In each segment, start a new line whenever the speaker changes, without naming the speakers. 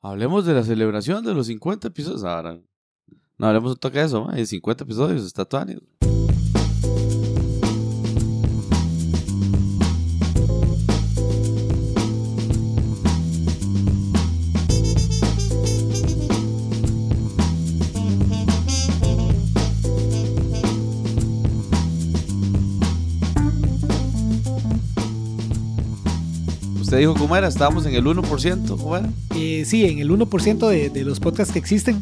Hablemos de la celebración de los 50 episodios. Ahora, no hablemos un toque de eso, mae. 50 episodios, está tuanis. Usted dijo cómo era, estábamos en el 1%, ¿cómo era?
Eh, sí, en el 1% de, de los podcasts que existen,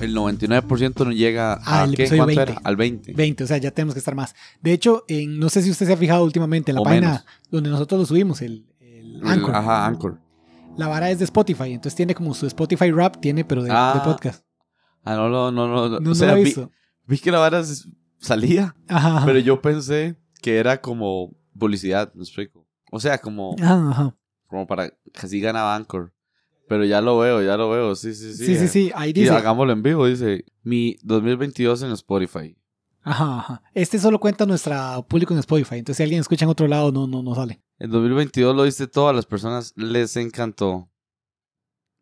El 99% no llega a,
Al
¿qué?
Ah, episodio
¿Cuánto
20.
era? Al 20.
20, o sea, ya tenemos que estar más. De hecho, en- no sé si usted se ha fijado últimamente en la
O
página
menos.
donde nosotros lo subimos, el, el
El-
Anchor.
Ajá, Anchor.
La vara es de Spotify, entonces tiene como su Spotify Rap, tiene, pero de,
Ah,
de podcast.
Ah, no, no, no, no.
No,
o
no
sea,
lo Ah. he
vi-
visto.
vi que la vara s- salía.
Ajá, ajá.
Pero yo pensé que era como publicidad, me explico. O sea, como,
Ajá, ajá.
como para que sí ganaba Anchor. Pero ya lo veo, ya lo veo. Sí, sí, sí.
Sí, sí, sí,
eh.
ahí
Y
dice. Ajá,
hagámoslo en vivo, dice. Mi 2022 en Spotify.
ajá. Este solo cuenta nuestra público en Spotify, entonces si alguien escucha en otro lado, no, no, no sale.
En 2022 lo viste todo, a las personas les encantó.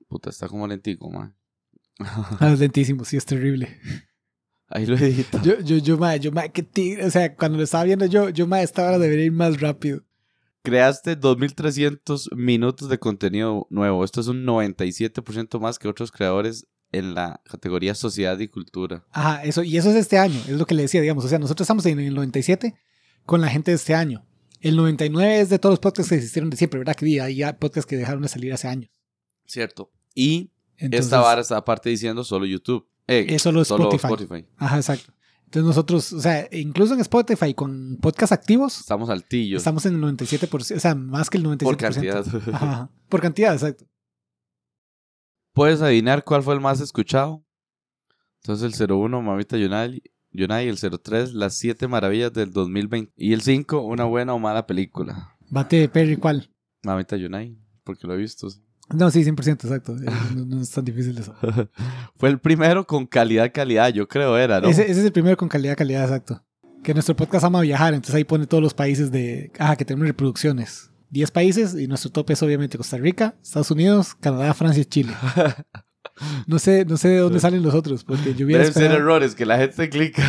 Puta, está como lentico, man.
Ah, es lentísimo, sí, es terrible.
Ahí lo edito.
Yo, yo, yo, ma, yo, ma, qué tigre. O sea, cuando lo estaba viendo yo, yo, ma, esta hora debería ir más rápido.
Creaste 2300 minutos de contenido nuevo. Esto es un 97% más que otros creadores en la categoría sociedad y cultura.
Ajá, eso, y eso es este año, es lo que le decía, digamos. O sea, nosotros estamos en el 97 con la gente de este año. El 99 es de todos los podcasts que existieron de siempre, ¿verdad? Que di, hay podcasts que dejaron de salir hace años.
Cierto. Y
Entonces,
esta vara está aparte diciendo solo YouTube. Eh,
Es solo Spotify.
Spotify.
Ajá, exacto. Entonces nosotros, o sea, incluso en Spotify con podcasts activos,
Estamos altillos.
estamos en el 97%, o sea, más que el 97%.
por cantidad.
Ajá, ajá. por cantidad, exacto.
¿Puedes adivinar cuál fue el más escuchado? Entonces el 01, Mamita Yunai, Yunai, el 03, Las 7 Maravillas del 2020. Y el 5, Una buena o mala película.
Bate de Perry, ¿cuál?
Mamita Yunai, porque lo he visto. sí.
No, sí, 100%, exacto. Eh, No, no es tan difícil eso.
fue el primero con calidad, calidad, yo creo era, Ah, ¿no?
Ese, ese es el primero con calidad, calidad, exacto. Que nuestro podcast ama viajar, entonces ahí pone todos los países de. Ah, que tenemos reproducciones. 10 países y nuestro tope es obviamente Costa Rica, Estados Unidos, Canadá, Francia y Chile. No sé, no sé de dónde salen los otros, porque yo hubiera,
Deben ser
esperado,
errores que la gente clica.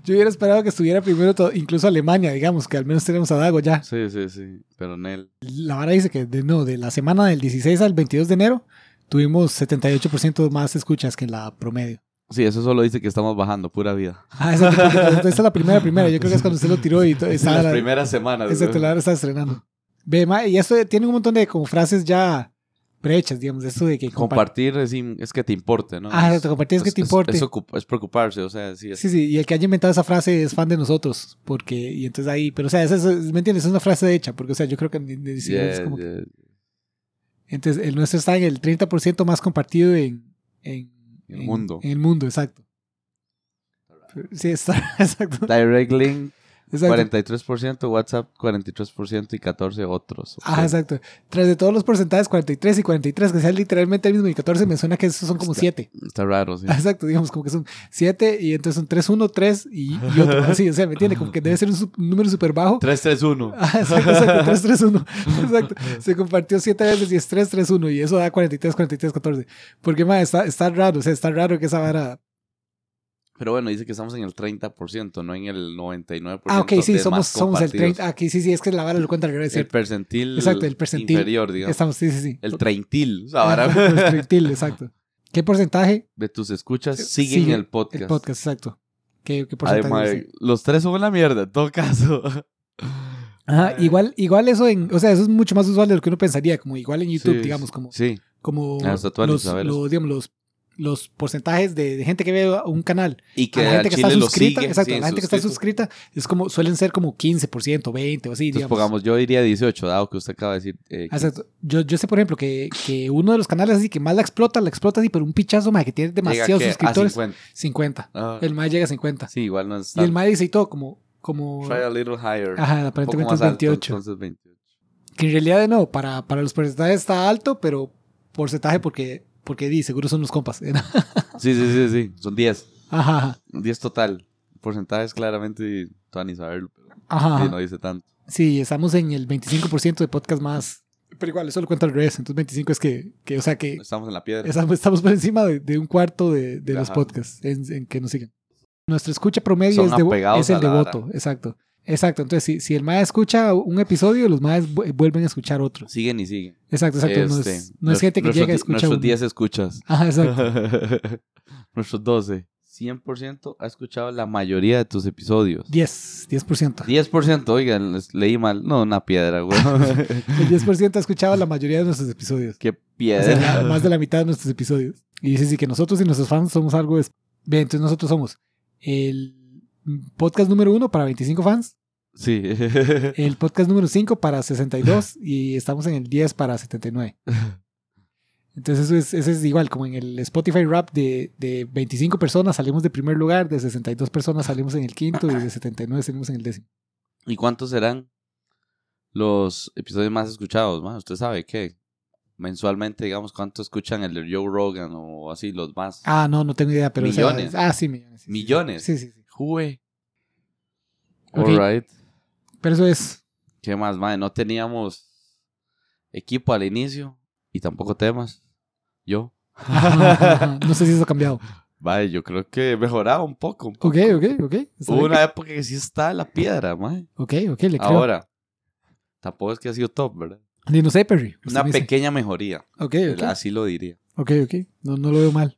yo hubiera esperado que estuviera primero to- incluso Alemania, digamos, que al menos tenemos a Dago ya.
sí, sí, sí, pero Nel.
La vara dice que de, no, de la semana del 16 al 22 de enero tuvimos 78% más escuchas que la promedio.
Sí, eso solo dice que estamos bajando, pura vida.
Ah, exacto, porque esta es la primera, primera. Yo creo que es cuando usted lo tiró y to- estaba
Las
la-
primeras semanas.
Ese
¿no?
telar está estrenando. Ve, ma, y esto de- tiene un montón de como frases ya prehechas, digamos, esto de que compartir.
Compartir es, im- es que te importe, ¿no?
Ah, te compartir es que te importe.
Es, ocup- es preocuparse, o sea, sí. es-
Sí, sí, y el que haya inventado esa frase es fan de nosotros, porque, y entonces ahí, pero o sea, esa es, ¿me entiendes? Es una frase hecha, porque, o sea, yo creo que ni- ni siquiera es
Yeah,
como que-
yeah.
Entonces, el nuestro está en el 30% más compartido en, en,
El
en-
mundo.
En el mundo, exacto. Sí, está, exacto.
Direct Link,
exacto.
43%, WhatsApp, 43% y 14 otros.
Ah, exacto. Tras de todos los porcentajes, 43 y 43, que sea literalmente el mismo, y 14 me suena que esos son como
Está-
7.
Está raro, sí.
Exacto, digamos como que son 7 y entonces son 3, 1, 3 y, y otro. Así, o sea, ¿me entiende? Como que debe ser un, sup- un número súper bajo.
331.
Ah, Exacto, exacto, 3, 3, 1. Exacto. Se compartió 7 veces y es 3, 3, 1 y eso da 43, 43, 14. Porque, más está, está raro, o sea, está raro que esa vara...
Pero bueno, dice que estamos en el 30%, no en el 99%.
Ah, ok, sí,
de
somos,
más
somos el
compartidos.
30. Aquí sí, sí, es que la vara lo cuenta al revés,
El
¿cierto?
percentil.
Exacto, el percentil.
Inferior, digamos.
Estamos, sí, sí, sí.
El treintil. o sea,
Ah,
ahora
exacto, el treintil, exacto. ¿Qué porcentaje?
de tus escuchas
Sigue
siguen el podcast.
El podcast, exacto. ¿Qué, qué porcentaje?
Además,
dice?
los tres son una mierda, en todo caso.
Ajá, igual, igual eso en, o sea, eso es mucho más usual de lo que uno pensaría, como igual en YouTube,
Sí,
digamos, como,
Sí,
como
Ah, los tatuajes,
los,
a ver.
los, digamos, los, los porcentajes de, de gente que ve un canal,
y que
a la gente
al
que
Chile
está
lo
suscrita,
siguen,
exacto,
sí,
a la gente que está
suscritos.
suscrita, es como, suelen ser como 15%, 20 o así,
Entonces,
digamos.
pongamos, yo diría 18, dado que usted acaba de decir. eh,
Ah, Exacto. Yo, yo sé, por ejemplo, que, que uno de los canales así que más la explota, la explota así, pero un pichazo, más que tiene demasiados
llega, ¿qué? A
suscriptores,
50.
50.
Ah,
El más llega a 50.
sí, igual no es
Y el
tanto.
más dice y todo, como, como,
Try a little higher.
ajá,
Un poco
aparentemente es
más alto,
28.
entonces 28.
Que en realidad, de nuevo, para, para los porcentajes está alto, pero porcentaje porque, porque di, seguro son los compas. Ajá,
Sí, sí, sí, sí. Son 10.
ajá,
10 total. Porcentajes claramente, tú ni saberlo, pero
ajá.
sí, no dice tanto.
Sí, estamos en el 25% de podcast más, Pero igual, eso lo cuento al revés. Entonces 25 es que, que o sea, que
Estamos en la piedra.
estamos, estamos por encima de, de un cuarto de, de los
Ajá.
podcasts en, en que nos siguen. Nuestra escucha promedio
Son
es, de,
apegados
es el
a la vara.
devoto, exacto. Exacto, entonces si, si el mae escucha un episodio, los maes vu- vuelven a escuchar otro.
Siguen y siguen.
Exacto, exacto. no
Este,
es, no es
nuestro-
gente que
nuestros
llega y
di-
escucha
Nuestros
uno.
10 escuchas.
Ajá, exacto.
nuestros 12. 100% ha escuchado la mayoría de tus episodios.
10, 10%.
10%, oiga, les leí mal. No, una piedra, güey.
El 10% ha escuchado la mayoría de nuestros episodios.
Qué
O
piedra.
sea, la- más de la mitad de nuestros episodios. Y dice sí, que nosotros y nuestros fans somos algo. Es... Bien, entonces nosotros somos el podcast número uno para 25 fans,
Sí.
el podcast número 5 para 62 y estamos en el 10 para 79. Entonces eso es, eso es igual, como en el Spotify Rap de, de 25 personas salimos de primer lugar, de 62 personas salimos en el quinto y de 79 salimos en el décimo.
¿Y cuántos serán los episodios más escuchados, man? Usted sabe que mensualmente, digamos, cuánto escuchan el de Joe Rogan o así, los más.
Ah, no, no tengo idea, pero... o sea,
Millones.
ah, sí, millones. sí, sí, sí.
Millones.
Sí, sí, sí.
Jue.
Ok.
Alright.
Pero eso es...
¿Qué más, man? No teníamos equipo al inicio y tampoco temas. Yo.
no sé si eso ha cambiado.
Vale, yo creo que mejoraba un poco. un
Ok,
poco.
ok, ok. Está
Hubo
bien.
una época que sí estaba la piedra, man.
Ok, ok, le creo. Ahora.
Ahora, tampoco es que ha sido top, ¿verdad?
Linus Perry.
Una pequeña mejoría,
Ok, ok.
así lo diría.
Ok, ok. No, no lo veo mal.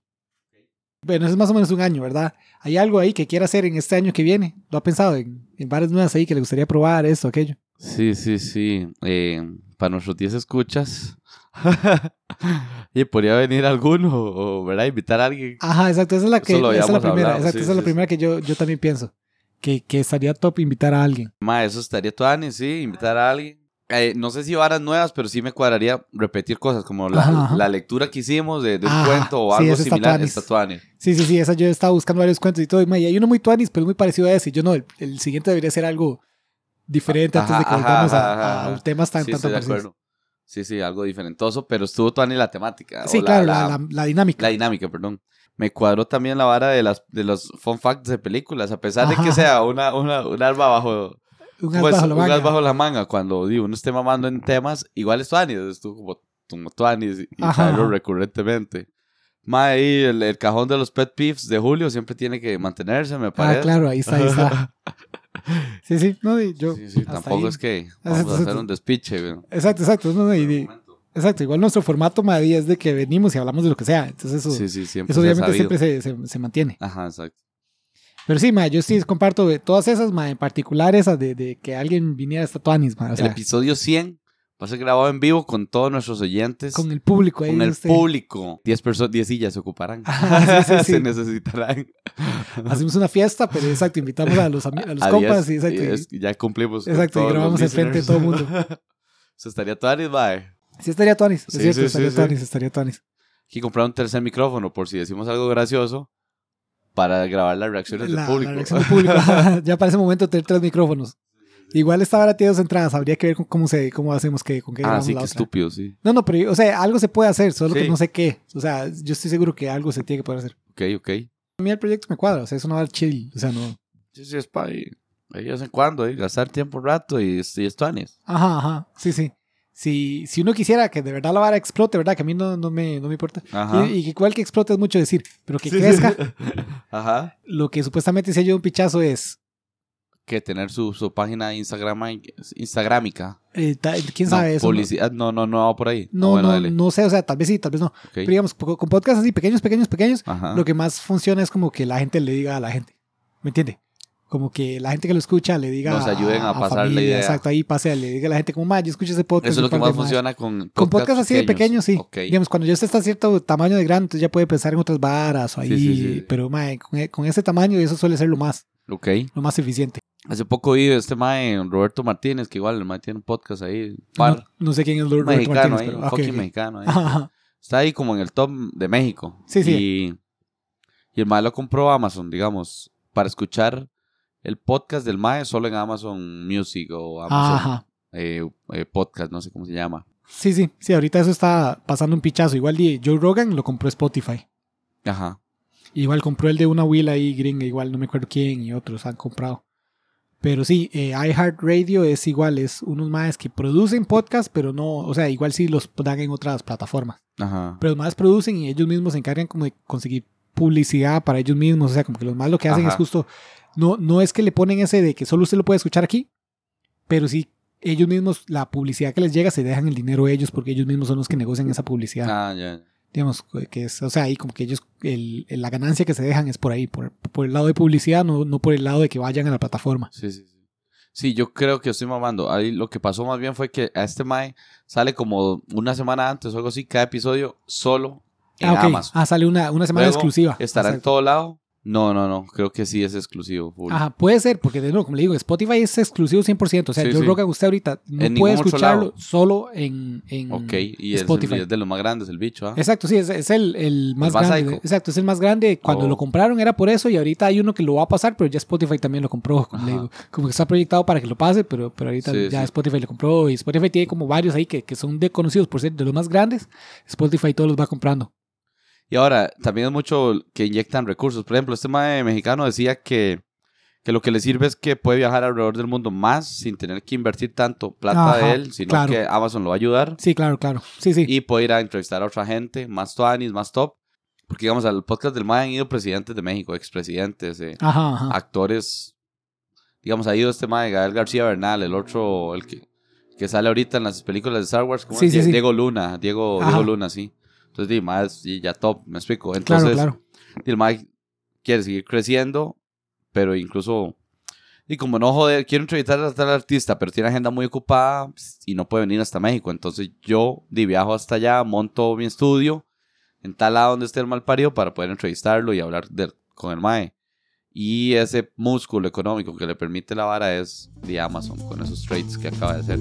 Bueno, eso es más o menos un año, ¿verdad? ¿Hay algo ahí que quiera hacer en este año que viene? ¿Lo ha pensado en, en varias nuevas ahí que le gustaría probar, esto, aquello?
Sí, sí, sí. Eh, para nuestros 10 escuchas. y podría venir alguno, o, ¿verdad? Invitar a alguien.
Ajá, exacto. Esa es la,
Eso
que,
lo
esa es la
habíamos
primera.
hablado,
exacto,
sí,
esa es la
sí,
primera que yo, yo también pienso. Que, que estaría top invitar a alguien.
Ma, eso estaría tuani, sí, invitar a alguien. Eh, no sé si varas nuevas, pero sí me cuadraría repetir cosas como la,
Ajá, ajá.
la lectura que hicimos de, de un
Ajá,
cuento o
sí,
algo
eso está
similar.
tuanis.
Está tuanis.
Sí, sí, sí. Esa yo estaba buscando varios cuentos y todo. Y ma, y hay uno muy tuanis, pero muy parecido a ese. Yo no, el, el siguiente debería ser algo diferente antes
Ajá,
de que
ajá,
volvamos a-
ajá,
a,
ajá.
temas tan,
Sí,
tan,
estoy
tan
de
parecidos.
acuerdo. Sí, sí, algo diferentoso, pero estuvo tuani la temática. o
Sí,
la-
claro,
la-
la, la- la dinámica.
La dinámica, perdón. Me cuadró también la vara de las de los fun facts de películas, a pesar de
Ajá.
que sea una, una, un arma bajo,
un as
pues,
bajo la
un as
manga.
bajo la manga, cuando digo, uno esté mamando en temas, igual es Tuanis, estuvo como, como Tuanis y
Ajá,
traerlo
ajá.
recurrentemente. Más ahí el, el cajón de los pet peeves de Julio siempre tiene que mantenerse, me parece.
Ah, claro, ahí está, ahí está. Sí, sí, no, y yo.
Sí, sí,
hasta
tampoco
ahí.
es que vamos a hacer un despiche, güey.
Exacto, exacto. no, no, y de- exacto, igual nuestro formato madí es de que venimos y hablamos de lo que sea. Entonces, eso,
Sí, sí, siempre
eso
se ha
obviamente
sabido.
siempre se, se- se mantiene.
Ajá, exacto.
Pero sí, ma, yo sí comparto de todas esas, ma, en particular esas de, de que alguien viniera hasta Tuanis, ma. O
el
sea,
episodio 100 va a ser grabado en vivo con todos nuestros oyentes.
con el público ahí. este,
con el
usted-
público. 10 personas, 10 sillas se ocuparán.
Ajá, sí, sí, sí.
se necesitarán.
Hacemos una fiesta, pero exacto, invitamos a los, ami- a los
A
compas
10,
y exacto. y-
es- Ah, ya cumplimos. con
Exacto, y
todos los
grabamos enfrente de todo el
listeners.
mundo.
Eso estaría todo Arisbae.
Sí, estaría Tuanis, es
Sí,
cierto,
sí, sí,
estaría
sí.
Tuanis, estaría Tuanis.
Hay que comprar un tercer micrófono por si decimos algo gracioso para grabar las reacciones
La-
del
la
público.
reacción del público. ya para ese momento tener tres micrófonos. Igual esta vara tiene dos entradas. Habría que ver con cómo, se, cómo hacemos que con qué
ah,
grabamos
sí,
la
qué
otra.
estúpido, sí.
No, no, pero o sea, algo se puede hacer, solo que
Sí.
no sé qué. O sea, yo estoy seguro que algo se tiene que poder hacer.
Ok, ok.
A mí el proyecto me cuadra, o sea, es una vara chill. O sea, no.
Sí, sí, es para ahí. ahí de vez en cuando, ahí, gastar tiempo un rato y, y esto anis.
Ajá, ajá. Sí, sí. Si, si uno quisiera que de verdad la vara explote, ¿verdad? Que a mí no, no, me, no me importa.
Ajá.
Y, y que igual que explote es mucho decir, pero que
Sí, sí.
crezca,
Ajá.
lo que supuestamente se yo un pichazo es.
Que tener su, su página Instagram, Instagramica.
eh, ta- ¿Quién
No,
sabe eso?
Publicidad, no, no, no va por ahí. Ah,
No,
bueno,
no,
dale.
no sé, o sea, tal vez sí, tal vez no.
Ok.
Pero digamos, po- con podcasts así pequeños, pequeños, pequeños,
Ajá.
lo que más funciona es como que la gente le diga a la gente. ¿Me entiende? Como que la gente que lo escucha le diga.
Nos ayuden a pasar la idea.
Exacto, ahí pase, le diga a la gente como, ma, yo escucho ese podcast.
Eso es lo
un
que
par
más
de más".
funciona con
Con podcasts así de pequeños, sí.
Ok.
Digamos, cuando ya usted está a cierto tamaño de grande, entonces ya puede pensar en otras varas o ahí.
Sí, sí, sí, sí.
Pero, ma, con, e- con ese tamaño, eso suele ser lo más,
ok.
lo más eficiente.
Hace poco vi este mae, Roberto Martínez, que igual el mae tiene un podcast ahí.
No,
Par,
no sé quién es Lord Roberto
mexicano
Martínez,
ahí,
pero. ah,
un
ok,
fucking
ok.
mexicano ahí.
Ajá, ajá.
Está ahí como en el top de México.
Sí, sí.
Y, y el mae lo compró Amazon, digamos, para escuchar el podcast del mae solo en Amazon Music o Amazon
Ajá.
eh, eh, Podcast, no sé cómo se llama.
Sí, sí, sí, ahorita eso está pasando un pichazo. Igual de Joe Rogan lo compró Spotify.
Ajá.
Igual compró el de una Will ahí gringa, igual no me acuerdo quién y otros han comprado. Pero sí, eh, iHeartRadio es igual, es unos más que producen podcast, pero no, o sea, igual sí los dan en otras plataformas.
Ajá.
Pero los más producen y ellos mismos se encargan como de conseguir publicidad para ellos mismos. O sea, como que los más lo que hacen
Ajá.
es justo, no, no es que le ponen ese de que solo usted lo puede escuchar aquí, pero sí ellos mismos, la publicidad que les llega, se dejan el dinero ellos porque ellos mismos son los que negocian esa publicidad.
Ah, ya. ya.
Digamos, que es, o sea, ahí como que ellos, el- el- la ganancia que se dejan es por ahí, por, por el lado de publicidad, no, no por el lado de que vayan a la plataforma.
Sí, sí, sí. Sí, yo creo que estoy mamando. Ahí lo que pasó más bien fue que a este Mae sale como una semana antes o algo así, cada episodio solo en
Ah, ok.
Amazon.
Ah, sale una, una semana
Luego
exclusiva.
¿Estará en
Exacto.
todo lado? No, no, no. Creo que sí es exclusivo. full.
Ajá, puede ser, porque de nuevo, como le digo, Spotify es exclusivo 100%. O sea,
Sí,
yo
sí.
creo que usted ahorita no
En
puede
ningún otro
escucharlo
lado.
solo en, en
Ok, y es,
Spotify.
es de los más grandes el bicho, ¿ah?
Exacto, sí, es, es el, el más
El más
grande.
psycho.
Exacto, es el más grande. Cuando
Oh.
lo compraron era por eso y ahorita hay uno que lo va a pasar, pero ya Spotify también lo compró. Como, le
Ajá.
digo, como que está proyectado para que lo pase, pero, pero ahorita
Sí,
ya
sí.
Spotify lo compró y Spotify tiene como varios ahí que, que son de conocidos por ser de los más grandes. Spotify todos los va comprando.
Y ahora, también es mucho que inyectan recursos. Por ejemplo, este mae mexicano decía que, que lo que le sirve es que puede viajar alrededor del mundo más sin tener que invertir tanto plata
Ajá,
de él, sino
claro.
que Amazon lo va a ayudar.
Sí, claro, claro. Sí, sí.
Y puede ir a entrevistar a otra gente, más tuanis, más top. Porque, digamos, al podcast del mae han ido presidentes de México, expresidentes, eh,
Ajá, ajá.
actores. Digamos, ha ido este mae, Gael García Bernal, el otro, el que, que sale ahorita en las películas de Star Wars. ¿cómo
Sí,
es?
sí,
Die-
sí.
Diego Luna, Diego, Diego
Ajá.
Luna, sí. Entonces, di, mae, sí, ya top, me explico.
claro,
Entonces,
claro.
y el Mike quiere seguir creciendo, pero incluso. Y como no joder, quiero entrevistar a tal artista, pero tiene agenda muy ocupada ps, y no puede venir hasta México. Entonces yo di viajo hasta allá, monto mi estudio en tal lado donde esté el mal parido para poder entrevistarlo y hablar de- con el Mae. Y ese músculo económico que le permite la vara es de Amazon con esos trades que acaba de hacer.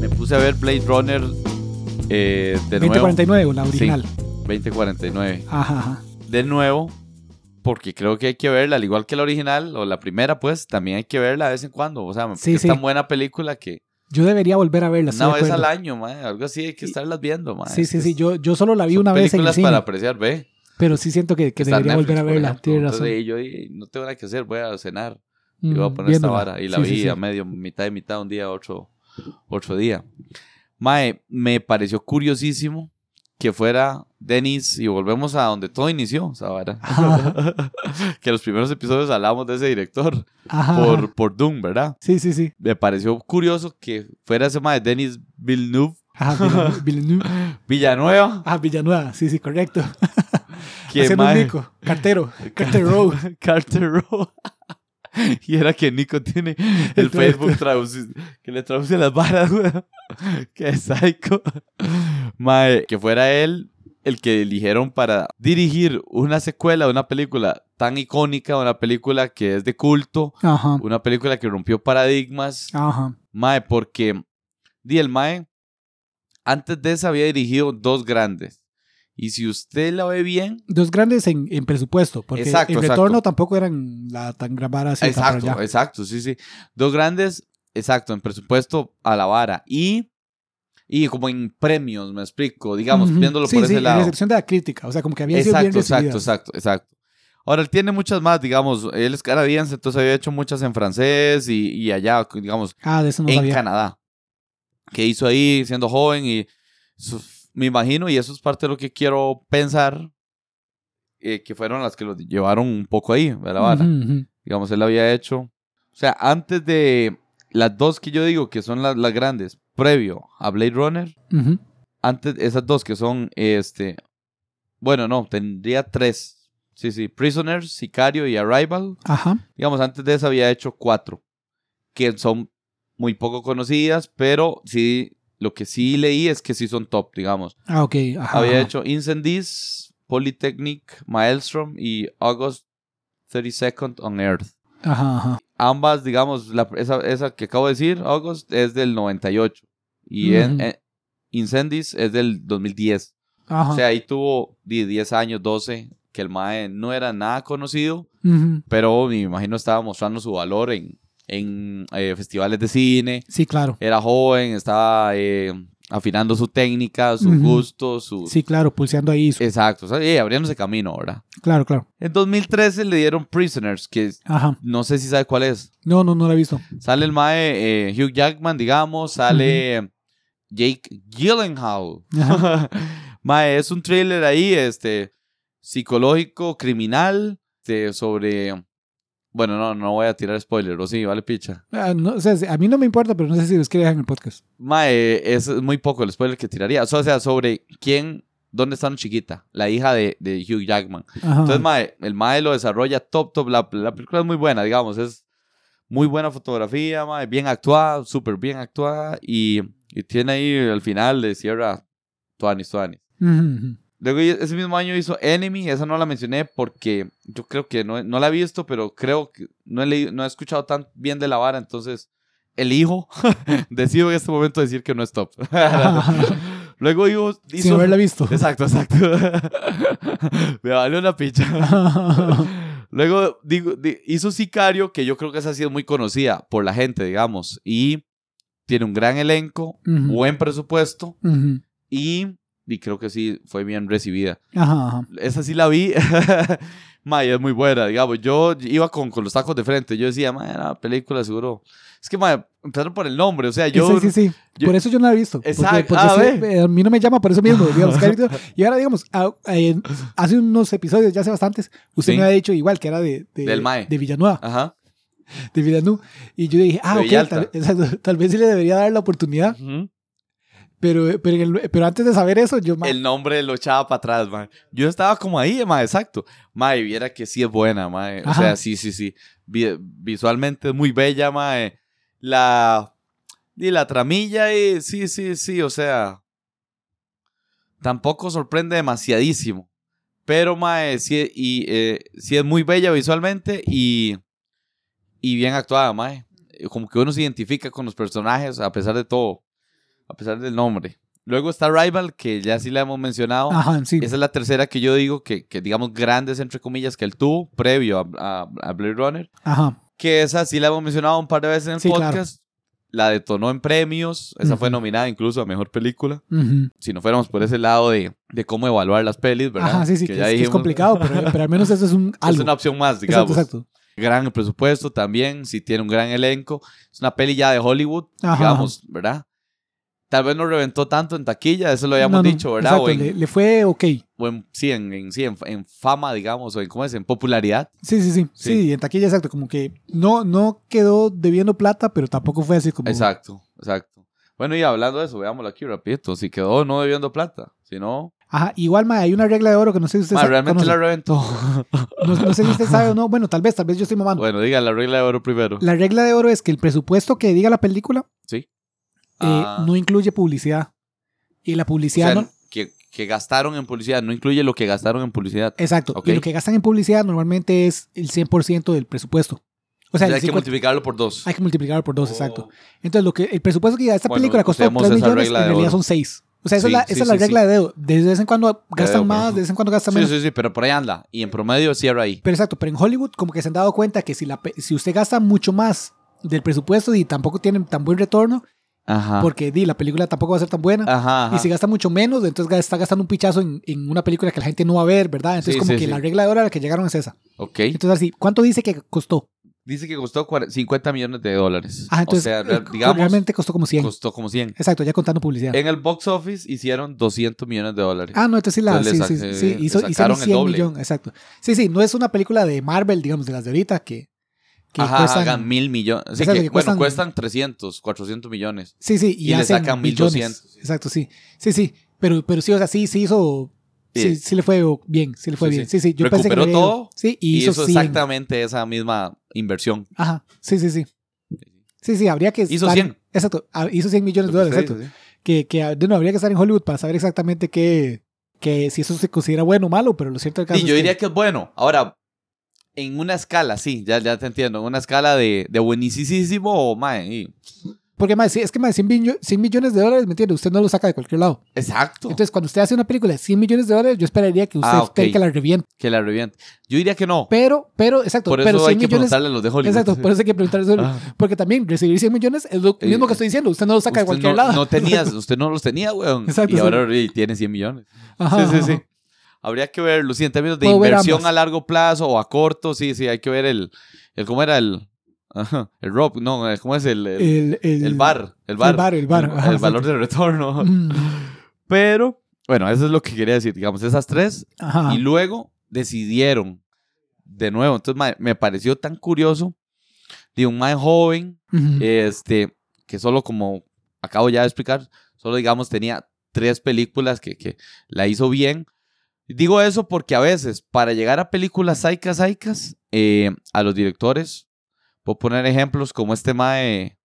Me puse a ver Blade Runner eh, de nuevo.
2049, la
Sí.
original.
2049.
Ajá, ajá.
de nuevo, porque creo que hay que verla, al igual que la original o la primera, pues también hay que verla de vez en cuando. O sea, porque
Sí,
es
sí.
tan buena película que
Yo debería volver a verla. estoy
una
de
vez al
acuerdo.
año, mae, algo así, hay que
Y-
estarlas viendo. Mae.
Sí,
Es
sí,
que
sí. Yo, yo solo la vi
son
una vez en el
películas
cine,
para apreciar, ve.
pero sí siento que, que
Está en
debería volver a
Netflix, por
verla.
ejemplo.
Tienes razón.
Entonces, y yo y no tengo nada que hacer, voy a cenar y voy a
Mm,
poner
viéndola.
esta vara. Y la
Sí,
vi
sí, sí.
a medio, mitad y mitad, un día, otro, otro día. Mae, me pareció curiosísimo que fuera Denis y volvemos a donde todo inició, esa vara. que los primeros episodios hablamos de ese director
Ajá.
por, por Doom, ¿verdad?
Sí, sí, sí.
Me pareció curioso que fuera ese mae Denis Villeneuve,
Ajá, Villeneuve- Villeneuve.
Villanueva,
Ah, Villanueva. Sí, sí, correcto.
que
Haciendo un
mae,
mico. Cartero. Cartero.
Carter Row. y era que Nico tiene el
El traductor.
Facebook traduci- que le traduce las varas, weón. que psycho. Mae, que fuera él el que eligieron para dirigir una secuela de una película tan icónica, una película que es de culto,
Ajá.
una película que rompió paradigmas.
Ajá.
Mae, porque di el Mae antes de esa había dirigido dos grandes. Y si usted la ve bien,
Dos grandes en, en presupuesto, porque
Exacto,
el
exacto.
retorno tampoco eran la tan gran vara así. tan para
exacto,
allá.
exacto, sí, sí. Dos grandes, exacto, en presupuesto a la vara. Y, y como en premios, me explico, digamos,
Ujú.
viéndolo
Sí,
por
sí,
ese
la
lado.
recepción de la crítica, o sea, como que había sido bien
Exacto,
recibida.
exacto, exacto, exacto. Ahora, él tiene muchas más, digamos, él es canadiense, entonces había hecho muchas en francés y, y allá, digamos,
Ah, de eso no
en
sabía.
Canadá. Que hizo ahí siendo joven y eso- me imagino, y eso es parte de lo que quiero pensar, eh, que fueron las que lo llevaron un poco ahí, ¿verdad? vara?
Ujú, ujú.
Digamos, él había hecho. O sea, antes de las dos que yo digo que son las, las grandes, previo a Blade Runner,
Ujú.
antes esas dos que son, este, bueno, no, tendría tres. Sí, sí, Prisoners, Sicario y Arrival
Ajá.
digamos, antes de eso había hecho cuatro, que son muy poco conocidas, pero sí, lo que sí leí es que sí son top, digamos.
Ah, ok. Ajá.
Había
ajá.
hecho Incendies, Polytechnic, Maelstrom y August 32nd on Earth.
Ajá, ajá.
Ambas, digamos, la- esa, esa que acabo de decir, August, es del 98 y en-
Ujú.
en- Incendies es del 2010.
Ajá.
O sea, ahí tuvo di- 10 años, 12, que el MAE no era nada conocido
Ujú.
pero me imagino estaba mostrando su valor en, en eh, festivales de cine.
Sí, claro.
Era joven, estaba eh, afinando su técnica, su
Ujú.
gusto, su...
Sí, claro, pulseando ahí. su-
Exacto, o sea, y abriéndose camino, ¿verdad?
Claro, claro.
En 2013 le dieron Prisoners, que
Ajá.
no sé si sabe cuál es.
No, no, no la he visto.
Sale el mae eh, Hugh Jackman, digamos, sale Jake Gyllenhaal. mae, es un thriller ahí, este, psicológico, criminal, este, sobre... Bueno, no, no voy a tirar spoiler, o sí, vale picha.
Ah, no, o sea, a mí no me importa, pero no sé si los quiere dejar en el podcast.
Mae, es muy poco el spoiler que tiraría. O sea, o sea, sobre quién, dónde está una chiquita, la hija de, de Hugh Jackman.
Ajá.
Entonces, mae, el mae lo desarrolla top, top. La, la película es muy buena, digamos. Es muy buena fotografía, mae, bien actuada, súper bien actuada. Y, y tiene ahí al final de cierra Tuanis, Tuanis.
Ujú, ujú.
Luego y- ese mismo año hizo Enemy, esa no la mencioné porque yo creo que no, no la he visto, pero creo que no he, leído- no he escuchado tan bien de la vara, entonces elijo, decido en este momento decir que no es top. Luego hizo...
Sin
hizo-
haberla visto.
Exacto, exacto. Me valió una picha. Luego digo, di- hizo Sicario, que yo creo que esa sí es muy conocida por la gente, digamos, y tiene un gran elenco,
Ujú.
buen presupuesto
Ujú.
y, y creo que sí fue bien recibida.
Ajá, ajá.
Esa sí la vi. May, es muy buena, digamos. Yo iba con, con los tacos de frente. Yo decía, "Mae, la película seguro. Es que, mae, empezaron por el nombre. O sea, yo.
sí, sí, sí.
yo-
por eso yo no la he visto.
Exact-
Porque, porque
ah,
sí,
ve.
eh, a mí no me llama por eso mismo. digamos, que ahorita- y ahora, digamos, a- eh, hace unos episodios, ya hace bastantes, usted
Sí.
me ha dicho igual que era de, de,
Del Mae.
de Villanueva,
Ajá.
de Villanueva. Y yo dije, ah,
De
ok,
Villalta.
tal, exacto, tal vez sí le debería dar la oportunidad.
Ujú.
Pero, pero, en el- pero antes de saber eso, yo ma-
El nombre lo echaba para atrás, mae. Yo estaba como ahí, mae, exacto. Mae, viera que sí es buena, mae. O
Ajá.
sea, sí, sí, sí. Vi- visualmente es muy bella, mae. La. Y la tramilla, y sí, sí, sí, o sea. Tampoco sorprende demasiadísimo. Pero, mae, sí, y, eh, sí es muy bella visualmente y. Y bien actuada, mae. Eh, Como que uno se identifica con los personajes a pesar de todo. A pesar del nombre. Luego está Rival, que ya sí la hemos mencionado.
Ajá, Ah, sí.
Esa es la tercera que yo digo que, que digamos, grandes, entre comillas, que él tuvo previo a, a- a Blade Runner.
Ajá.
Que esa sí la hemos mencionado un par de veces en el
Sí, claro.
podcast. La detonó en premios. Esa fue
Ujú.
nominada incluso a Mejor Película.
ujú.
Si no fuéramos por ese lado de, de cómo evaluar las pelis, ¿verdad?
Ajá, sí, sí. Que,
ya
es, que es
dijimos,
complicado, pero, pero al menos eso es un algo.
Es una pues. opción más, digamos.
exacto, exacto.
Gran presupuesto también. Sí tiene un gran elenco. Es una peli ya de Hollywood,
Ajá,
digamos, ¿verdad? Tal vez no reventó tanto en taquilla, eso lo habíamos
No, no,
dicho, ¿verdad?
exacto,
O en-
le, le fue ok.
o en, sí, en, en- sí, en, en fama, digamos, o en, ¿cómo es? En popularidad.
Sí, sí, sí.
Sí.
Sí, en taquilla, exacto. Como que no, no quedó debiendo plata, pero tampoco fue así como.
Exacto, exacto. Bueno, y hablando de eso, veámoslo aquí rapidito. Si quedó no debiendo plata, si no...
Ajá, igual, ma, hay una regla de oro que no sé si usted
Ma,
sabe.
realmente
conoce.
la reventó.
no, no sé si usted sabe o no. Bueno, tal vez, tal vez yo estoy mamando.
bueno, diga la regla de oro primero.
La regla de oro es que el presupuesto que diga la película eh,
Ah,
no incluye publicidad. Y la
o
publicidad
sea,
no.
que, que gastaron en publicidad, no incluye lo que gastaron en publicidad.
Exacto.
ok.
Y lo que gastan en publicidad normalmente es el 100% del presupuesto. O
O sea,
sea, el
hay que
50
multiplicarlo por dos.
hay que multiplicarlo por dos, exacto.
Oh.
Entonces, lo que el presupuesto que esta
Bueno,
película costó 3
usemos esa
millones, en
regla de
realidad
oro.
son 6. O sea, esa
Sí,
es la,
sí,
esa es la
sí,
regla de oro. De vez en cuando gastan
oro,
más,
ajá.
de vez en cuando gastan
Sí,
menos.
sí, sí, pero por ahí anda. Y en promedio cierra ahí.
Pero exacto, pero en Hollywood como que se han dado cuenta que si, la, pe- si usted gasta mucho más del presupuesto y tampoco tienen tan buen retorno,
Ajá.
porque di, la película tampoco va a ser tan buena,
Ajá, Ah. ajá.
y si gasta mucho menos, entonces ga- está gastando un pichazo en, en una película que la gente no va a ver, ¿verdad? Entonces
Sí,
como
sí,
que
sí.
la regla de oro a la que llegaron es esa.
Ok.
Entonces así, ¿cuánto dice que costó?
Dice que costó cuare- 50 millones de dólares.
Ah, entonces
o sea,
eh,
re- digamos,
realmente costó como 100.
costó como 100.
Exacto, ya contando publicidad.
En el box office hicieron 200 millones de dólares.
Ah, no, entonces sí, la,
Entonces le
sí,
sac-
sí, sí,
eh, le
hizo, hizo
sacaron
el
el
100
doble.
millón, exacto. Sí, sí, no es una película de Marvel, digamos, de las de ahorita, que, que
Ajá,
cuestan-
hagan mil millones. Sí,
Exacto,
que,
que
bueno,
cuestan-
cuestan 300, 400 millones.
Sí, sí, y,
Y le
hacen
sacan
millones.
1200.
Exacto, sí. Sí, sí, pero, pero sí, o sea, sí, sí hizo... Sí,
Sí.
sí le fue bien, sí le fue
Sí,
bien.
sí.
Sí, sí, yo pensé que
Recuperó
le había ido-
todo
Sí, y
Y,
hizo,
hizo
100.
exactamente esa misma inversión.
Ajá, sí, sí, sí. Sí, sí, habría que
Hizo
estar-
100.
Exacto, ah, hizo 100 millones de
Lo que
dólares,
usted
exacto.
dice, sí.
Que, que, de nuevo, habría que estar en Hollywood para saber exactamente qué... Que si eso se considera bueno o malo, pero lo cierto del caso
Sí,
es
yo
que-
diría que es bueno. Ahora, en una escala, sí, ya, ya te entiendo. En una escala de, de buenísimo, mae. y-
Porque mae, sí, es que mae, 100, millo- 100 millones de dólares, ¿me entiende? Usted no lo saca de cualquier lado.
Exacto.
Entonces, cuando usted hace una película de 100 millones de dólares, yo esperaría que usted
Ah,
espere
ok.
que la reviente.
que la reviente. Yo diría que no.
Pero, pero, exacto,
Por
pero
eso
100
hay que
millones.
preguntarle a los de Hollywood.
Exacto, por eso hay que preguntar eso.
Ah.
Porque también recibir 100 millones es lo
Eh,
mismo que estoy diciendo. Usted no lo saca de
Usted
cualquier
no,
lado.
no tenías, usted no los tenía, weón.
Exacto,
y
sí.
ahora ey, tiene 100 millones.
Ajá,
sí, sí, sí.
ajá.
Habría que verlo, sí, en términos de
Puedo ver
inversión
ambas.
a largo plazo o a corto, sí, sí, hay que ver el, el ¿cómo era? El, ajá, el ROP, no, eh, ¿cómo es? El, el,
El, el,
el bar, el bar.
El bar, el bar,
El-
ajá,
el valor
exacto.
del retorno.
Mm,
Pero, bueno, eso es lo que quería decir, digamos, esas tres.
Ajá.
Y luego decidieron de nuevo. Entonces, mae, me pareció tan curioso de un mae joven
Ujú.
este, que solo como acabo ya de explicar, solo digamos tenía tres películas que, que la hizo bien. Digo eso porque a veces para llegar a películas saicas, saicas, eh, a los directores, puedo poner ejemplos como este mae,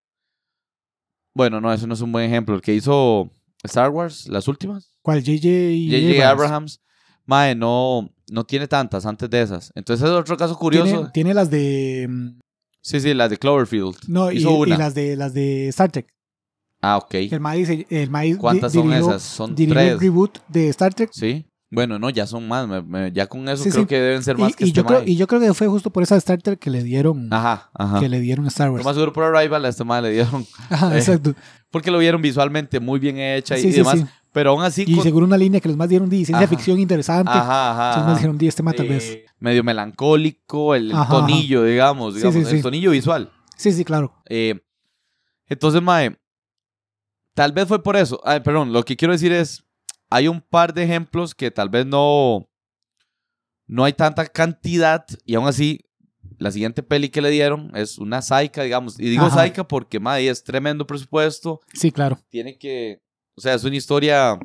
bueno, no, eso no es un buen ejemplo, el que hizo Star Wars, las últimas,
¿Cuál? J.J.
J.J.
Abrams.
Abrahams, mae, no, no tiene tantas antes de esas. Entonces es otro caso curioso.
Tiene, tiene las de. mm,
Sí, sí, las de Cloverfield.
No, y,
hizo
y
una.
las de las de Star Trek.
Ah, ok.
El maíz, el maíz
¿Cuántas son esas? Son tres.
el reboot de Star Trek.
Sí. Bueno, no, ya son más. me- me- ya con eso
Sí,
creo
sí.
que deben ser más
Y,
que
y
este
yo creo,
mae.
y yo creo que fue justo por esa de Star Trek que le dieron,
Ajá, ajá.
que le dieron Star
Lo
Wars.
más seguro por Arrival a este mae le dieron.
Ajá,
eh,
exacto.
Porque lo vieron visualmente muy bien hecha y,
Sí,
y
sí,
demás.
sí.
Pero aún así.
Y
con-
seguro una línea que los más dieron de ciencia
Ajá.
ficción interesante.
Ajá, ajá.
Entonces
ajá.
más dijeron de este tema tal
Eh,
vez.
Medio melancólico, el, el
Ajá, ajá.
tonillo, digamos.
Sí,
digamos
sí,
el
sí.
tonillo visual.
Sí, sí, claro.
Eh, entonces, Mae, tal vez fue por eso. Ay, perdón, lo que quiero decir es, hay un par de ejemplos que tal vez no, no hay tanta cantidad y aún así, la siguiente peli que le dieron es una saica, digamos. Y digo
Ajá.
saica porque, Mae, es tremendo presupuesto,
Sí, claro.
tiene que, o sea, es una historia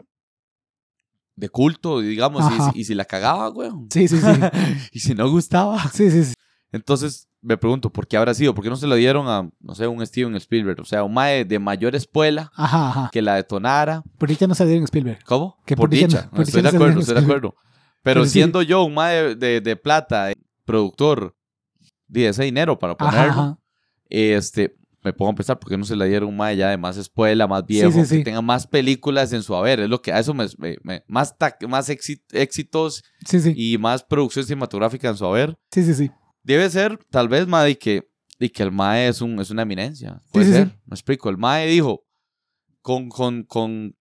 de culto, digamos, y
Ajá.
si- y, si la cagaba, weón.
Sí, sí, sí.
Y si no gustaba.
sí, sí, sí.
Entonces me pregunto, ¿por qué habrá sido? ¿Por qué no se lo dieron a, no sé, un Steven Spielberg? O sea, un mae de mayor espuela
Ajá, ajá.
que la detonara.
Por dicha no se dieron Spielberg.
¿Cómo?
Que
por
por dicha
dicha.
no- por
estoy
dicha no
de
se
acuerdo,
dieron
estoy de
Spielberg.
acuerdo. Pero
Pero sí.
siendo yo un mae de, de plata, eh, productor, de ese dinero para ponerlo,
Ajá, ajá.
este, me pongo a pensar, ¿por qué no se la dieron un mae ya de más espuela, más viejo,
sí, sí.
que tenga más películas en su haber? Es lo que a eso me, me- me- más, tac- más éxi- éxitos
Sí, sí.
y más producción cinematográfica en su haber.
Sí, sí, sí.
Debe ser, tal vez, mae, de que, de que el mae es, un, es una eminencia. Puede
sí,
ser.
sí.
Me explico. El mae dijo, con, con, con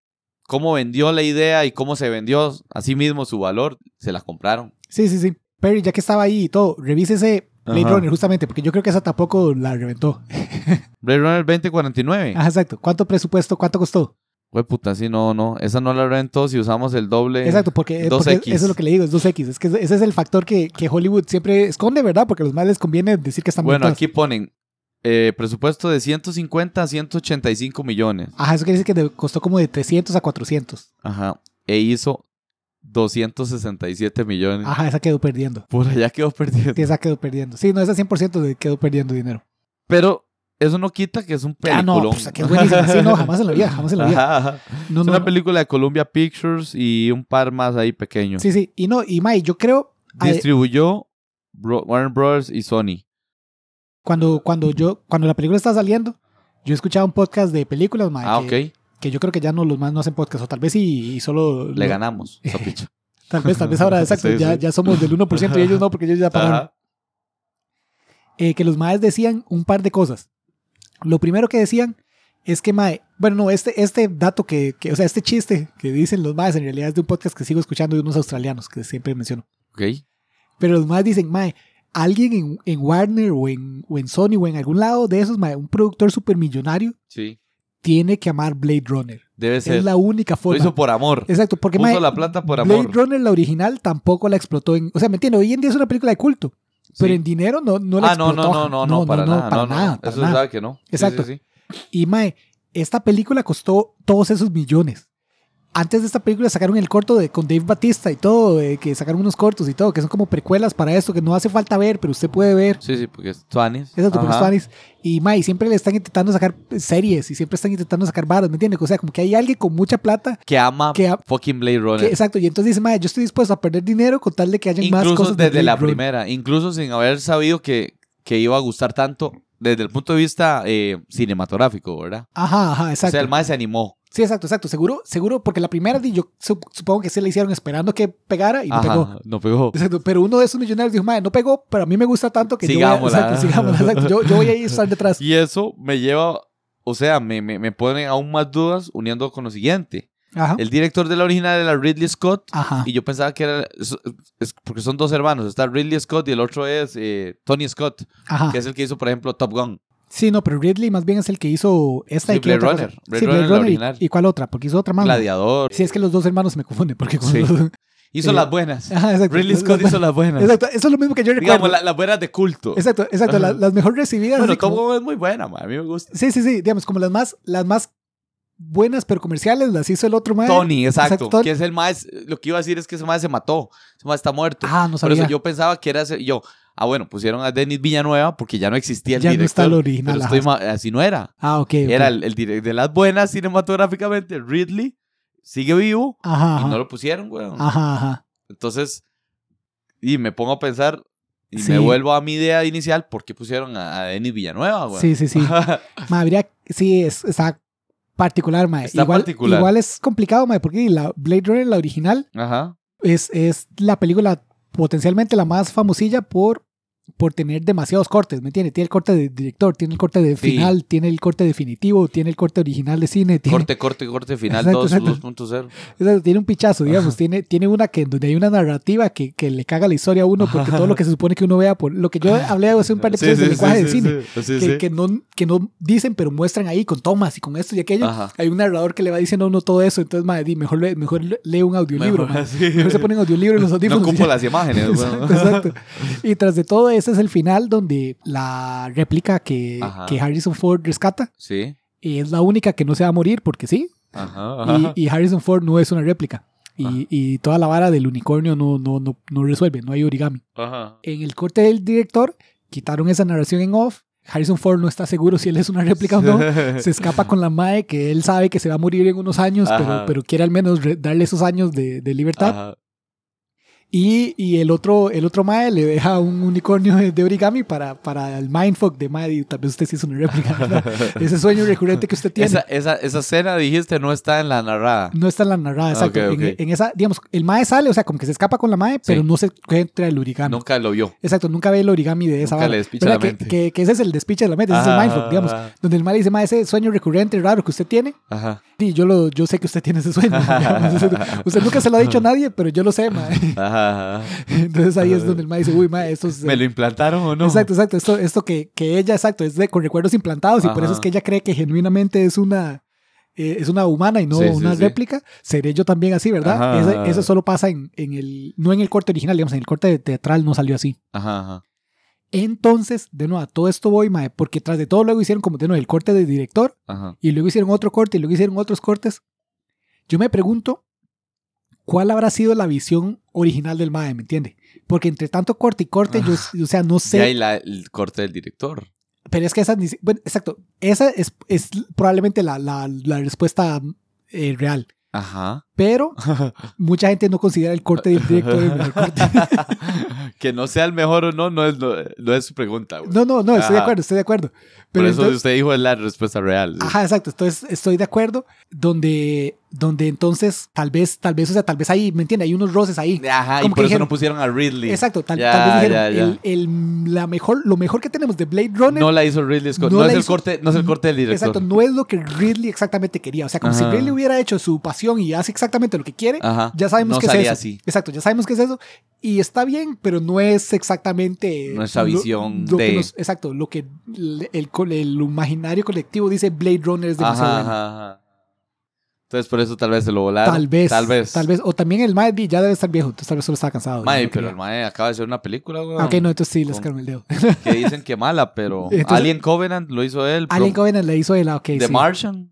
cómo vendió la idea y cómo se vendió a sí mismo su valor, se la compraron.
Sí, sí, sí. Perry, ya que estaba ahí y todo, revísese Blade
Ajá.
Runner justamente, porque yo creo que esa tampoco la reventó.
Blade Runner 2049.
Ajá, exacto. ¿Cuánto presupuesto? ¿Cuánto costó?
Güey, puta, sí, no, no. Esa no la rentó si usamos el doble.
Exacto, porque, porque
2X.
eso es lo que le digo, es 2X. Es que ese es el factor que, que Hollywood siempre esconde, ¿verdad? Porque a los más les conviene decir que están
Bueno,
montadas.
aquí ponen eh, presupuesto de 150 a 185 millones.
Ajá, eso quiere decir que de- costó como de 300 a 400.
Ajá. E hizo 267 millones.
Ajá, esa quedó perdiendo.
Por allá quedó perdido.
Sí, esa quedó perdiendo. Sí, no, esa 100% de- quedó perdiendo dinero.
Pero eso no quita que es un
Ah,
peliculón.
no, pues que es buenísima. Sí, no, jamás se la vi, jamás se la vi.
Ajá, ajá.
No,
es
no,
una
no.
película de Columbia Pictures y un par más ahí pequeños.
Sí, sí. Y no, y May, yo creo... ay,
Distribuyó Bro- Warner Brothers y Sony.
cuando, cuando yo, cuando la película estaba saliendo, yo escuchaba un podcast de películas, mae,
Ah,
que,
ok.
que yo creo que ya no los más no hacen podcast, o tal vez y, y solo
Le
lo-
ganamos. esa picha.
Ah, Tal vez, tal vez ahora exacto,
Sí,
ya,
sí.
ya somos del 1% y ellos no, porque ellos ya pagaron.
Ajá.
Eh, que los maes decían un par de cosas. Lo primero que decían es que mae, bueno, no, este, este dato que, que- o sea, este chiste que dicen los maes en realidad es de un podcast que sigo escuchando de unos australianos que siempre menciono.
Ok.
Pero los más dicen, mae, alguien en, en Warner o en, o en Sony o en algún lado de esos, mae, un productor supermillonario
Sí.
tiene que amar Blade Runner.
Debe ser.
Es la única
Lo
forma.
hizo por amor.
Exacto, porque
Puso
mae,
la plata por
Blade
amor.
Runner, la original, tampoco la explotó en. O sea, ¿me entiendes? Hoy en día es una película de culto, pero
Sí.
en dinero no, no la
ah, no,
explotó.
no, no, no, no, para nada.
para
no, no,
nada,
no.
para
Eso
nada.
sabe que no. Sí,
Exacto.
sí, sí.
Y Mae, esta película costó todos esos millones. Antes de esta película sacaron el corto de, con Dave Batista y todo, eh, que sacaron unos cortos y todo, que son como precuelas para esto, que no hace falta ver, pero usted puede ver.
Sí, sí, porque es Tuanis.
Exacto,
Ajá.
porque es Tuanis. Y Mae, siempre le están intentando sacar series y siempre están intentando sacar varas, ¿me entiendes? O sea, como que hay alguien con mucha plata.
Que ama
Que a-
fucking Blade
que-
Runner.
exacto, y entonces dice, Mae, yo estoy dispuesto a perder dinero con tal de que hayan más
incluso
cosas. de
desde la
Blade Runner".
primera, incluso sin haber sabido que, que iba a gustar tanto desde el punto de vista eh, cinematográfico, ¿verdad?
Ajá, ajá, exacto.
O sea, el mae se animó.
Sí, exacto, exacto. Seguro, seguro, porque la primera di, yo sup- supongo que se la hicieron esperando que pegara y no
Ajá,
pegó.
no pegó.
Exacto, pero uno de esos millonarios dijo, madre, no pegó, pero a mí me gusta tanto que yo voy
Sigámosla.
a, exacto, sigámosla, exacto. Yo, yo voy a ir a estar detrás.
Y eso me lleva, o sea, me, me, me pone aún más dudas uniendo con lo siguiente.
Ajá.
El director de la original era Ridley Scott
Ajá.
y yo pensaba que era, es- es porque son dos hermanos, está Ridley Scott y el otro es eh, Tony Scott,
Ajá.
que es el que hizo, por ejemplo, Top Gun.
Sí, no, pero Ridley más bien es el que hizo esta
Sí,
y que
Blade
otra
Runner.
cosa.
Blade
Sí,
Runner, la
y-
original.
y, cuál otra, porque hizo otra más.
Gladiador.
Sí, es que los dos hermanos me confunden, porque con
Sí.
los dos-
Hizo
eh,
las buenas.
Ajá, exacto.
Ridley
Los-
Scott
los-
hizo las buenas.
Exacto, eso es lo mismo que yo recuerdo.
Digamos, la- las buenas de culto.
Exacto, exacto, la-
Ajá.
las mejor recibidas.
Bueno,
así
Top
como-
Gun es muy buena, ma, a mí me gusta.
Sí, sí, sí, digamos, como las más, las más buenas pero comerciales las hizo el otro man.
Tony, exacto.
exacto, Tony.
Que es el más, lo que iba a decir es que ese más se mató, ese más está muerto.
Ah, no
Por
sabía.
eso yo pensaba que era ese- yo. Ah, bueno, pusieron a Denis Villanueva porque ya no existía el
Ya no está
director.
el original,
pero
ajá.
estoy ma- así no era.
Ah, ok. ok.
Era el, el director de las buenas cinematográficamente. Ridley sigue vivo
Ajá, ajá. Ah.
y no lo pusieron, weón.
Ajá, ajá.
Entonces, y me pongo a pensar y
Sí.
me vuelvo a mi idea inicial, ¿por qué pusieron a, a Denis Villanueva, weón?
Sí, sí, sí. Ma, habría- sí, es, está particular, mae.
Está
igual,
particular.
Igual es complicado, mae, porque la Blade Runner, la original,
Ajá.
es, es la película potencialmente la más famosilla por, por tener demasiados cortes, ¿me entiendes? Tiene el corte de director, tiene el corte de
Sí.
final, tiene el corte definitivo, tiene el corte original de cine, tiene,
Corte, corte, corte, final
Exacto,
dos,
exacto.
2.0.
o sea, tiene un pichazo, digamos,
Ajá.
tiene, tiene una que donde hay una narrativa que, que le caga la historia a uno porque todo lo que se supone que uno vea, por lo que yo hablé hace un par de episodios del lenguaje del cine.
sí, sí,
que,
sí.
que no, que no dicen, pero muestran ahí con tomas y con esto y aquello.
Ajá.
Hay un narrador que le va diciendo a uno todo eso. Entonces, madre, di, mejor, le- mejor le- lee un audiolibro.
Mejor
madre.
así.
Mejor se ponen audiolibro en los
No
audífonos. y
ocupo
ya.
las imágenes, weón.
Exacto, exacto. Y tras de todo, ese es el final donde la réplica que,
Ajá.
que Harrison Ford rescata
Sí.
y es la única que no se va a morir porque sí.
Ajá.
Y,
ajá.
y Harrison Ford no es una réplica.
Ajá.
Y, y toda la vara del unicornio no, no, no, no resuelve, no hay origami.
Ajá.
En el corte del director, quitaron esa narración en off. Harrison Ford no está seguro si él es una réplica o no. Se escapa con la madre que él sabe que se va a morir en unos años, pero,
Ajá.
pero quiere al menos re- darle esos años de, de libertad.
Ajá.
Y, y el otro, el otro Mae le deja un unicornio de de origami para, para el mindfuck de Mae. Y tal vez usted sí hizo una réplica. ¿verdad? Ese sueño recurrente que usted tiene.
Esa, esa, esa escena, dijiste, no está en la narrada.
No está en la narrada, exacto.
Ah, Ok,
En- e,
ok.
En, esa, digamos, el Mae sale, o sea, como que se escapa con la Mae, pero
Sí.
no se encuentra el origami.
Nunca lo vio.
Exacto, nunca ve el origami de esa
Nunca
vara.
le despicha
¿Verdad?
la
que,
mente.
que- que ese es el despiche de la mente, ese es el
Ah.
mindfuck, digamos. Donde el Mae le dice, Mae, ese sueño recurrente raro que usted tiene,
Ajá.
Sí, yo, lo, yo sé que usted tiene ese sueño. digamos. usted nunca se lo ha dicho a nadie, pero yo lo sé, mae.
Ajá. ajá.
Entonces ahí es donde el mae dice, uy, mae, esto es...
¿Me lo implantaron o no?
Exacto, exacto. Esto, esto que, que ella, exacto, es de, con recuerdos implantados y por
Ajá.
eso es que ella cree que genuinamente es una, eh, es una humana y no
Sí, sí,
una
sí.
réplica. Seré yo también así, ¿verdad?
Ajá,
Ese-
ajá.
eso solo pasa en, en el... No en el corte original, digamos, en el corte teatral no salió así.
Ajá, ajá.
Entonces, de nuevo, a todo esto voy, mae, porque tras de todo luego hicieron como de nuevo el corte de director
Ajá.
y luego hicieron otro corte y luego hicieron otros cortes. Yo me pregunto cuál habrá sido la visión original del MAE, ¿me entiende? Porque entre tanto corte y corte, yo, o sea, no
Ah, Ya hay
sé,
la- el corte del director.
pero es que esa, ni si- bueno, exacto, esa es, es probablemente la, la- la respuesta eh, real.
Ajá.
Pero mucha gente no considera el corte del director el mejor corte.
que no sea el mejor o no, no es, no, no es su pregunta. güey.
No, no, no, estoy de
Ajá.
acuerdo, estoy de acuerdo.
Por
Pero
eso
entonces-
usted dijo es eh. la respuesta real. sí.
Ajá, exacto. Entonces estoy de acuerdo. Donde, donde entonces, tal vez, tal vez, o sea, tal vez ahí, ¿me entiende? Hay unos roces ahí.
Ajá, y
Como
por
que
eso
dijeron-
no pusieron a Ridley.
Exacto, tal,
Ya,
tal vez
ya,
dijeron, el- el- la mejor, lo mejor que tenemos de Blade Runner,
No la hizo Ridley Scott.
No
No,
la
es, el
hizo-
corte, no es el corte del director.
exacto, no es lo que Ridley exactamente quería. O sea, como si
Ajá.
Ridley hubiera hecho su pasión y hace exactamente lo que quiere,
Ajá.
ya sabemos
no
que es
salía
eso.
así.
Exacto, ya sabemos que es eso. Y está bien, pero no es exactamente...
Nuestra
lo-
visión
lo que
de-
nos- exacto, lo que el, el co- el imaginario colectivo dice Blade Runner es demasiado
Ajá,
bueno.
ajá, ajá. Entonces por eso tal vez se lo volaron.
Tal vez.
Tal vez.
O también el Mae di, ya debe estar viejo, entonces tal vez solo estaba cansado.
Mae,
ya no
pero el
quería.
mae acaba de hacer una película, weón.
Ah, Ok, no, entonces sí, les
Con-
cargo el dedo.
Que dicen que mala, pero
Entonces-
Alien Covenant lo hizo él. pero-
Alien Covenant le hizo el... ok,
The
sí.
Martian.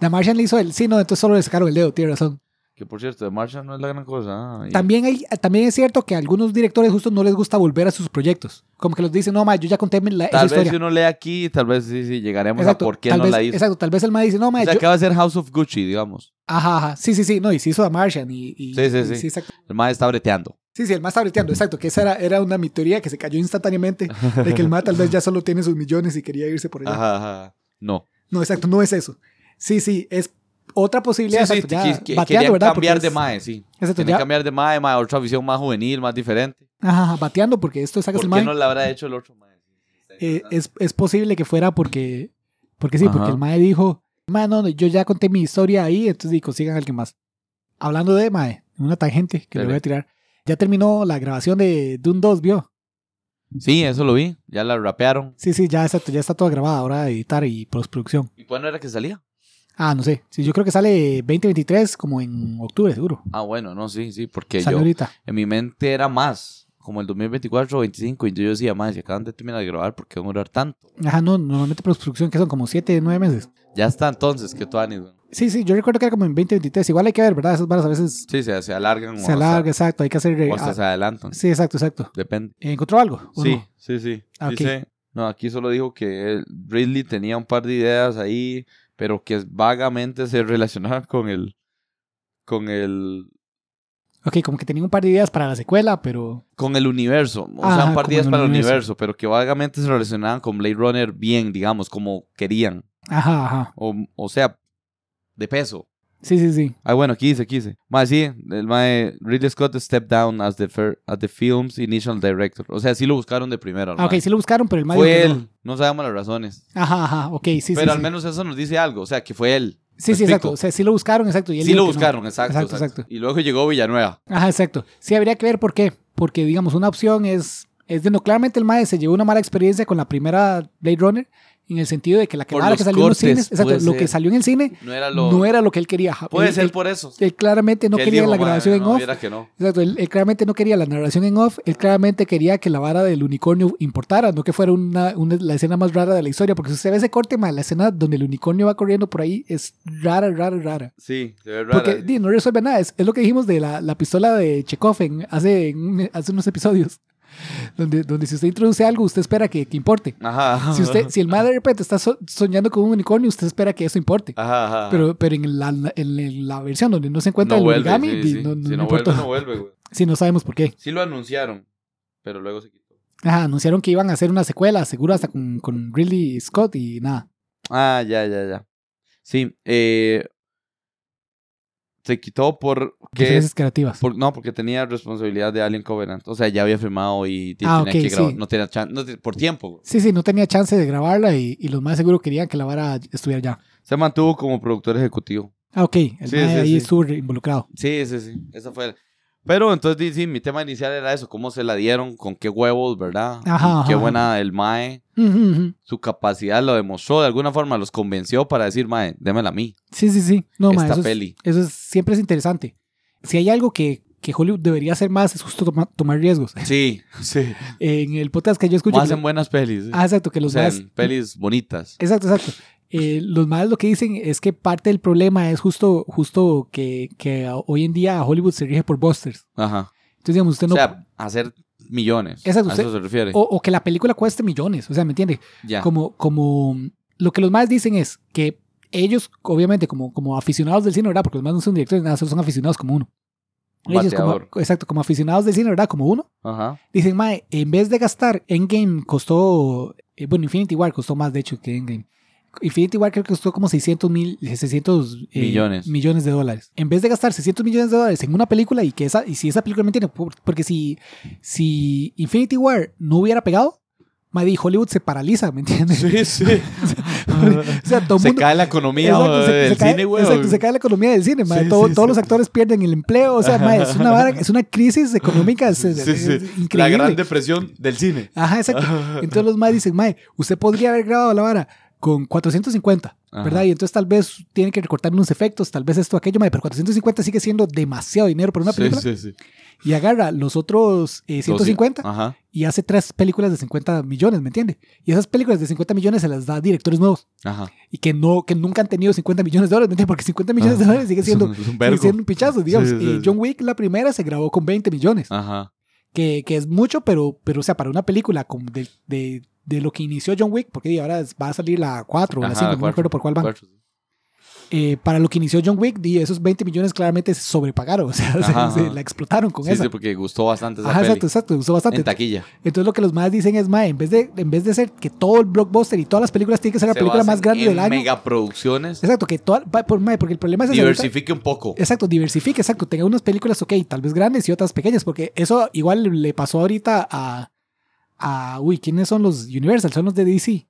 The Martian le hizo el. Sí, no, entonces solo le sacaron el dedo, tiene razón.
Que por cierto, de Marshall no es la gran cosa. ¿ah? Y-
También, hay, también es cierto que a algunos directores justo no les gusta volver a sus proyectos. Como que los dicen, no, ma, yo ya conté mi- la, esa
tal vez
historia.
si uno lee aquí, tal vez sí, sí, llegaremos
exacto,
a por qué
tal
no
vez,
la hizo.
Exacto, tal vez el ma dice, no, ma,
O sea,
yo-
acaba de ser House of Gucci, digamos.
Ajá, ajá, sí, sí, sí, no, y se hizo a Martian y... y-
Sí, sí,
y
sí.
exacto.
El mae está breteando.
Sí, sí, el más está breteando, exacto, que esa era, era una mi teoría que se cayó instantáneamente, de que el ma tal vez ya solo tiene sus millones y quería irse por allá.
Ajá, ajá. No.
No, exacto, no es eso. Sí, sí, es otra
Sí,
posibilidad.
sí,
exacto, ya
que- que-
bateando,
querían
¿verdad? Porque
cambiar de
es-
mae, sí.
Exacto,
Tienen que
ya,
cambiar de mae, mae, otra visión más juvenil, más diferente.
ajá, ajá, bateando porque esto sacas
¿Por
el
qué
mae.
no la habrá hecho el otro mae?
Eh, es, es posible que fuera porque, porque sí, porque
Ajá.
el mae dijo, mae, no, no, yo ya conté mi historia ahí, entonces di, consigan a alguien más. Hablando de mae, una tangente que le
Dele.
voy a tirar. Ya terminó la grabación de Dune 2, ¿vio?
Sí, eso lo vi. Ya la rapearon.
Sí, sí, ya, exacto, ya está toda grabada, ahora editar y postproducción.
¿Y cuándo era que salía?
Ah, no sé, sí, yo creo que sale 2023 como en octubre, seguro.
Ah, bueno, no, sí, sí, porque
Sale
yo
ahorita.
en mi mente era más, como el 2024 o 25, y yo decía, más, si acaban de terminar de grabar, ¿por qué van a durar tanto?
Ajá, no, normalmente postproducción que son como 7, 9 meses.
Ya está entonces, que tú
Sí, sí, yo recuerdo que era como en 2023, igual hay que ver, ¿verdad? Esas varas a veces
Sí, se, se alargan. o
se
hasta-
alarga, exacto, hay que hacer... eh,
O hasta
ah,
se adelantan.
Sí, exacto, exacto.
Depende.
¿Encontró algo? o
Sí,
no?
sí, sí.
Ah, ok.
Dice, no, aquí solo dijo que el- Ridley tenía un par de ideas ahí, pero que vagamente se relacionaban con el, con el,
Ok, como que tenía un par de ideas para la secuela, pero...
con el universo. O sea,
Ajá,
un par
Ah, con
de días
el
para el
universo.
universo, pero que vagamente se relacionaban con Blade Runner bien, digamos, como querían.
Ajá, ajá.
O, o sea, de peso.
Sí, sí, sí.
Ah, bueno, 15, 15. Más sí, el mae Ridley Scott stepped down as the, fir- as the film's initial director. O sea, sí lo buscaron de primero. al
Ah, ok,
mae.
sí lo buscaron, pero el mayo...
Fue él. No sabemos las razones.
Ajá, ajá, ok, sí, sí.
pero al
sí.
menos eso nos dice algo. O sea, que fue él.
Sí,
¿me
sí, exacto.
explico?
O sea, sí lo buscaron, exacto. y él
Sí
dijo
lo
que no.
buscaron, exacto,
Exacto,
exacto,
exacto.
Y luego llegó Villanueva.
Ajá, exacto. Sí, habría que ver por qué. Porque, digamos, una opción es... Es de no, claramente el mae se llevó una mala experiencia con la primera Blade Runner, en el sentido de que la que,
Por
la que
los
salió en los
cortes,
cines, exacto,
puede
lo que
ser.
salió en el cine
No era lo...
no era lo que él quería. ajá.
Puede
Él-
ser
él-
por eso.
él claramente no
Que él
quería
dijo,
la
"Mae,
grabación en
no,
off.
viera que no.
Exacto, él, él claramente no quería la narración en off, él claramente quería que la vara del unicornio importara, no que fuera una, una- la escena más rara de la historia, porque si usted ve ese corte, más la escena donde el unicornio va corriendo por ahí es rara, rara, rara.
Sí, se ve raro.
Porque di, no resuelve nada, es, es lo que dijimos de la, la pistola de Chekhov en- hace, en un- hace unos episodios, donde, donde si usted introduce algo, usted espera que, que importe.
Ajá.
Si, usted, si el madre de repente está so- soñando con un unicornio, usted espera que eso importe.
Ajá, ajá.
Pero, pero en, la, en la versión donde no se encuentra el
vuelve,
origami,
sí,
di,
sí.
no, no,
si
no
no
importa.
vuelve, no vuelve, güey.
Sí, no sabemos por qué.
Sí lo anunciaron, pero luego se quitó.
Ajá, anunciaron que iban a hacer una secuela, seguro hasta con, con Ridley Scott y nada.
Ah, ya, ya, ya. Sí, eh, se quitó por que
Diferencias creativas.
por- no, porque tenía responsabilidad de Alien Covenant. O sea, ya había firmado y te-
Ah,
tenía
ok,
que grabar.
sí.
No tenía chan- no te- por tiempo. güey.
Sí, sí, no tenía chance de grabarla y, y los más seguro querían que la vara estuviera ya.
Se mantuvo como productor ejecutivo.
Ah, ok, el
Sí,
mae
sí,
ahí
sí.
estuvo re- involucrado.
Sí, sí, sí. Esa fue. la- Pero entonces, di- sí, mi tema inicial era eso: cómo se la dieron, con qué huevos, ¿verdad?
Ajá,
Qué
ajá.
buena el MAE.
Ujú, ujú.
Su capacidad lo demostró de alguna forma, los convenció para decir, MAE, démela a mí.
Sí, sí, sí. No, mae,
Esta
eso, es-
peli.
eso es- siempre es interesante. Si hay algo que, que Hollywood debería hacer más es justo toma- tomar riesgos.
Sí, sí.
En el podcast que yo escucho...
Como
que-
hacen buenas pelis. sí.
ah, exacto, que
O
los
sea,
más...
en pelis bonitas.
Exacto, exacto. Eh, los malos lo que dicen es que parte del problema es justo, justo que, que hoy en día Hollywood se rige por busters.
Ajá.
Entonces, digamos, usted no.
O sea, hacer millones.
Exacto,
a
usted-
eso se refiere.
o, o que la película cueste millones. O sea, ¿me entiende?
ya.
Como, como lo que los más dicen es que ellos, obviamente, como, como aficionados del cine, ¿verdad? Porque los más no son directores, nada, solo son aficionados como uno. Ellos, como,
Bateador.
exacto, como aficionados del cine, ¿verdad? Como uno.
Ajá.
Dicen, mae, en vez de gastar Endgame costó, eh, bueno, Infinity War costó más de hecho que Endgame. Infinity War creo que costó como 600 mil, 600 eh,
Millones.
millones de dólares. En vez de gastar 600 millones de dólares en una película y que esa, y si esa película no tiene, por- porque si, si Infinity War no hubiera pegado, mae, di, Hollywood se paraliza, ¿me entiendes?
Sí, sí.
o sea, todo el
se
mundo...
cae la economía
Exacto, se-
del
se cae-
cine, güey.
exacto, se cae la economía del cine, mae.
Sí,
Todo-
sí,
todos
sí.
los actores pierden el empleo, o sea, mae, es, una vara- es una crisis económica es- es-
Sí, sí.
es
La
increíble.
gran depresión del cine.
Ajá, exacto. Entonces los más dicen, Mae, usted podría haber grabado la vara con 450.
Ajá.
¿verdad? Y entonces tal vez tienen que recortar unos efectos, tal vez esto, aquello, mae, pero 450 sigue siendo demasiado dinero para una
Sí,
película.
sí, sí.
Y agarra los otros eh, 150
Ajá.
y hace tres películas de 50 millones, ¿me entiende? Y esas películas de 50 millones se las da a directores nuevos
Ajá.
y que no que nunca han tenido 50 millones de dólares, ¿me entiende? Porque 50 millones de
Ajá.
dólares sigue
Es un-
siendo,
es un
sigue
vergo.
siendo un pichazo, digamos.
Sí, sí,
Eh,
sí.
John Wick, la primera, se grabó con 20 millones,
Ajá.
que, que es mucho, pero, pero o sea, para una película con- de, de- de lo que inició John Wick, porque di, ahora es- va a salir la 4 o la
Ajá,
5,
la
no me
cuatro.
acuerdo por cuál van.
Cuatro, sí.
Eh, para lo que inició John Wick, di, esos 20 millones claramente se sobrepagaron, o sea, se-
Ajá,
se
ajá.
la explotaron con
Sí,
esa.
sí, porque gustó bastante esa
Ajá,
peli.
exacto, exacto, gustó bastante.
En taquilla.
Entonces lo que los más dicen es, mae, en vez de en vez de ser que todo el blockbuster y todas las películas tienen que ser la
Se
película
basan
más grande
en
del año.
Megaproducciones.
Exacto, que toda, pa- por- mae, porque el problema es ese, ahorita-
Diversifique un poco.
Exacto, diversifique, exacto. Tenga unas películas, ok, tal vez grandes y otras pequeñas, porque eso igual le pasó ahorita a. a uy, ¿quiénes son los Universal? Son los de DC.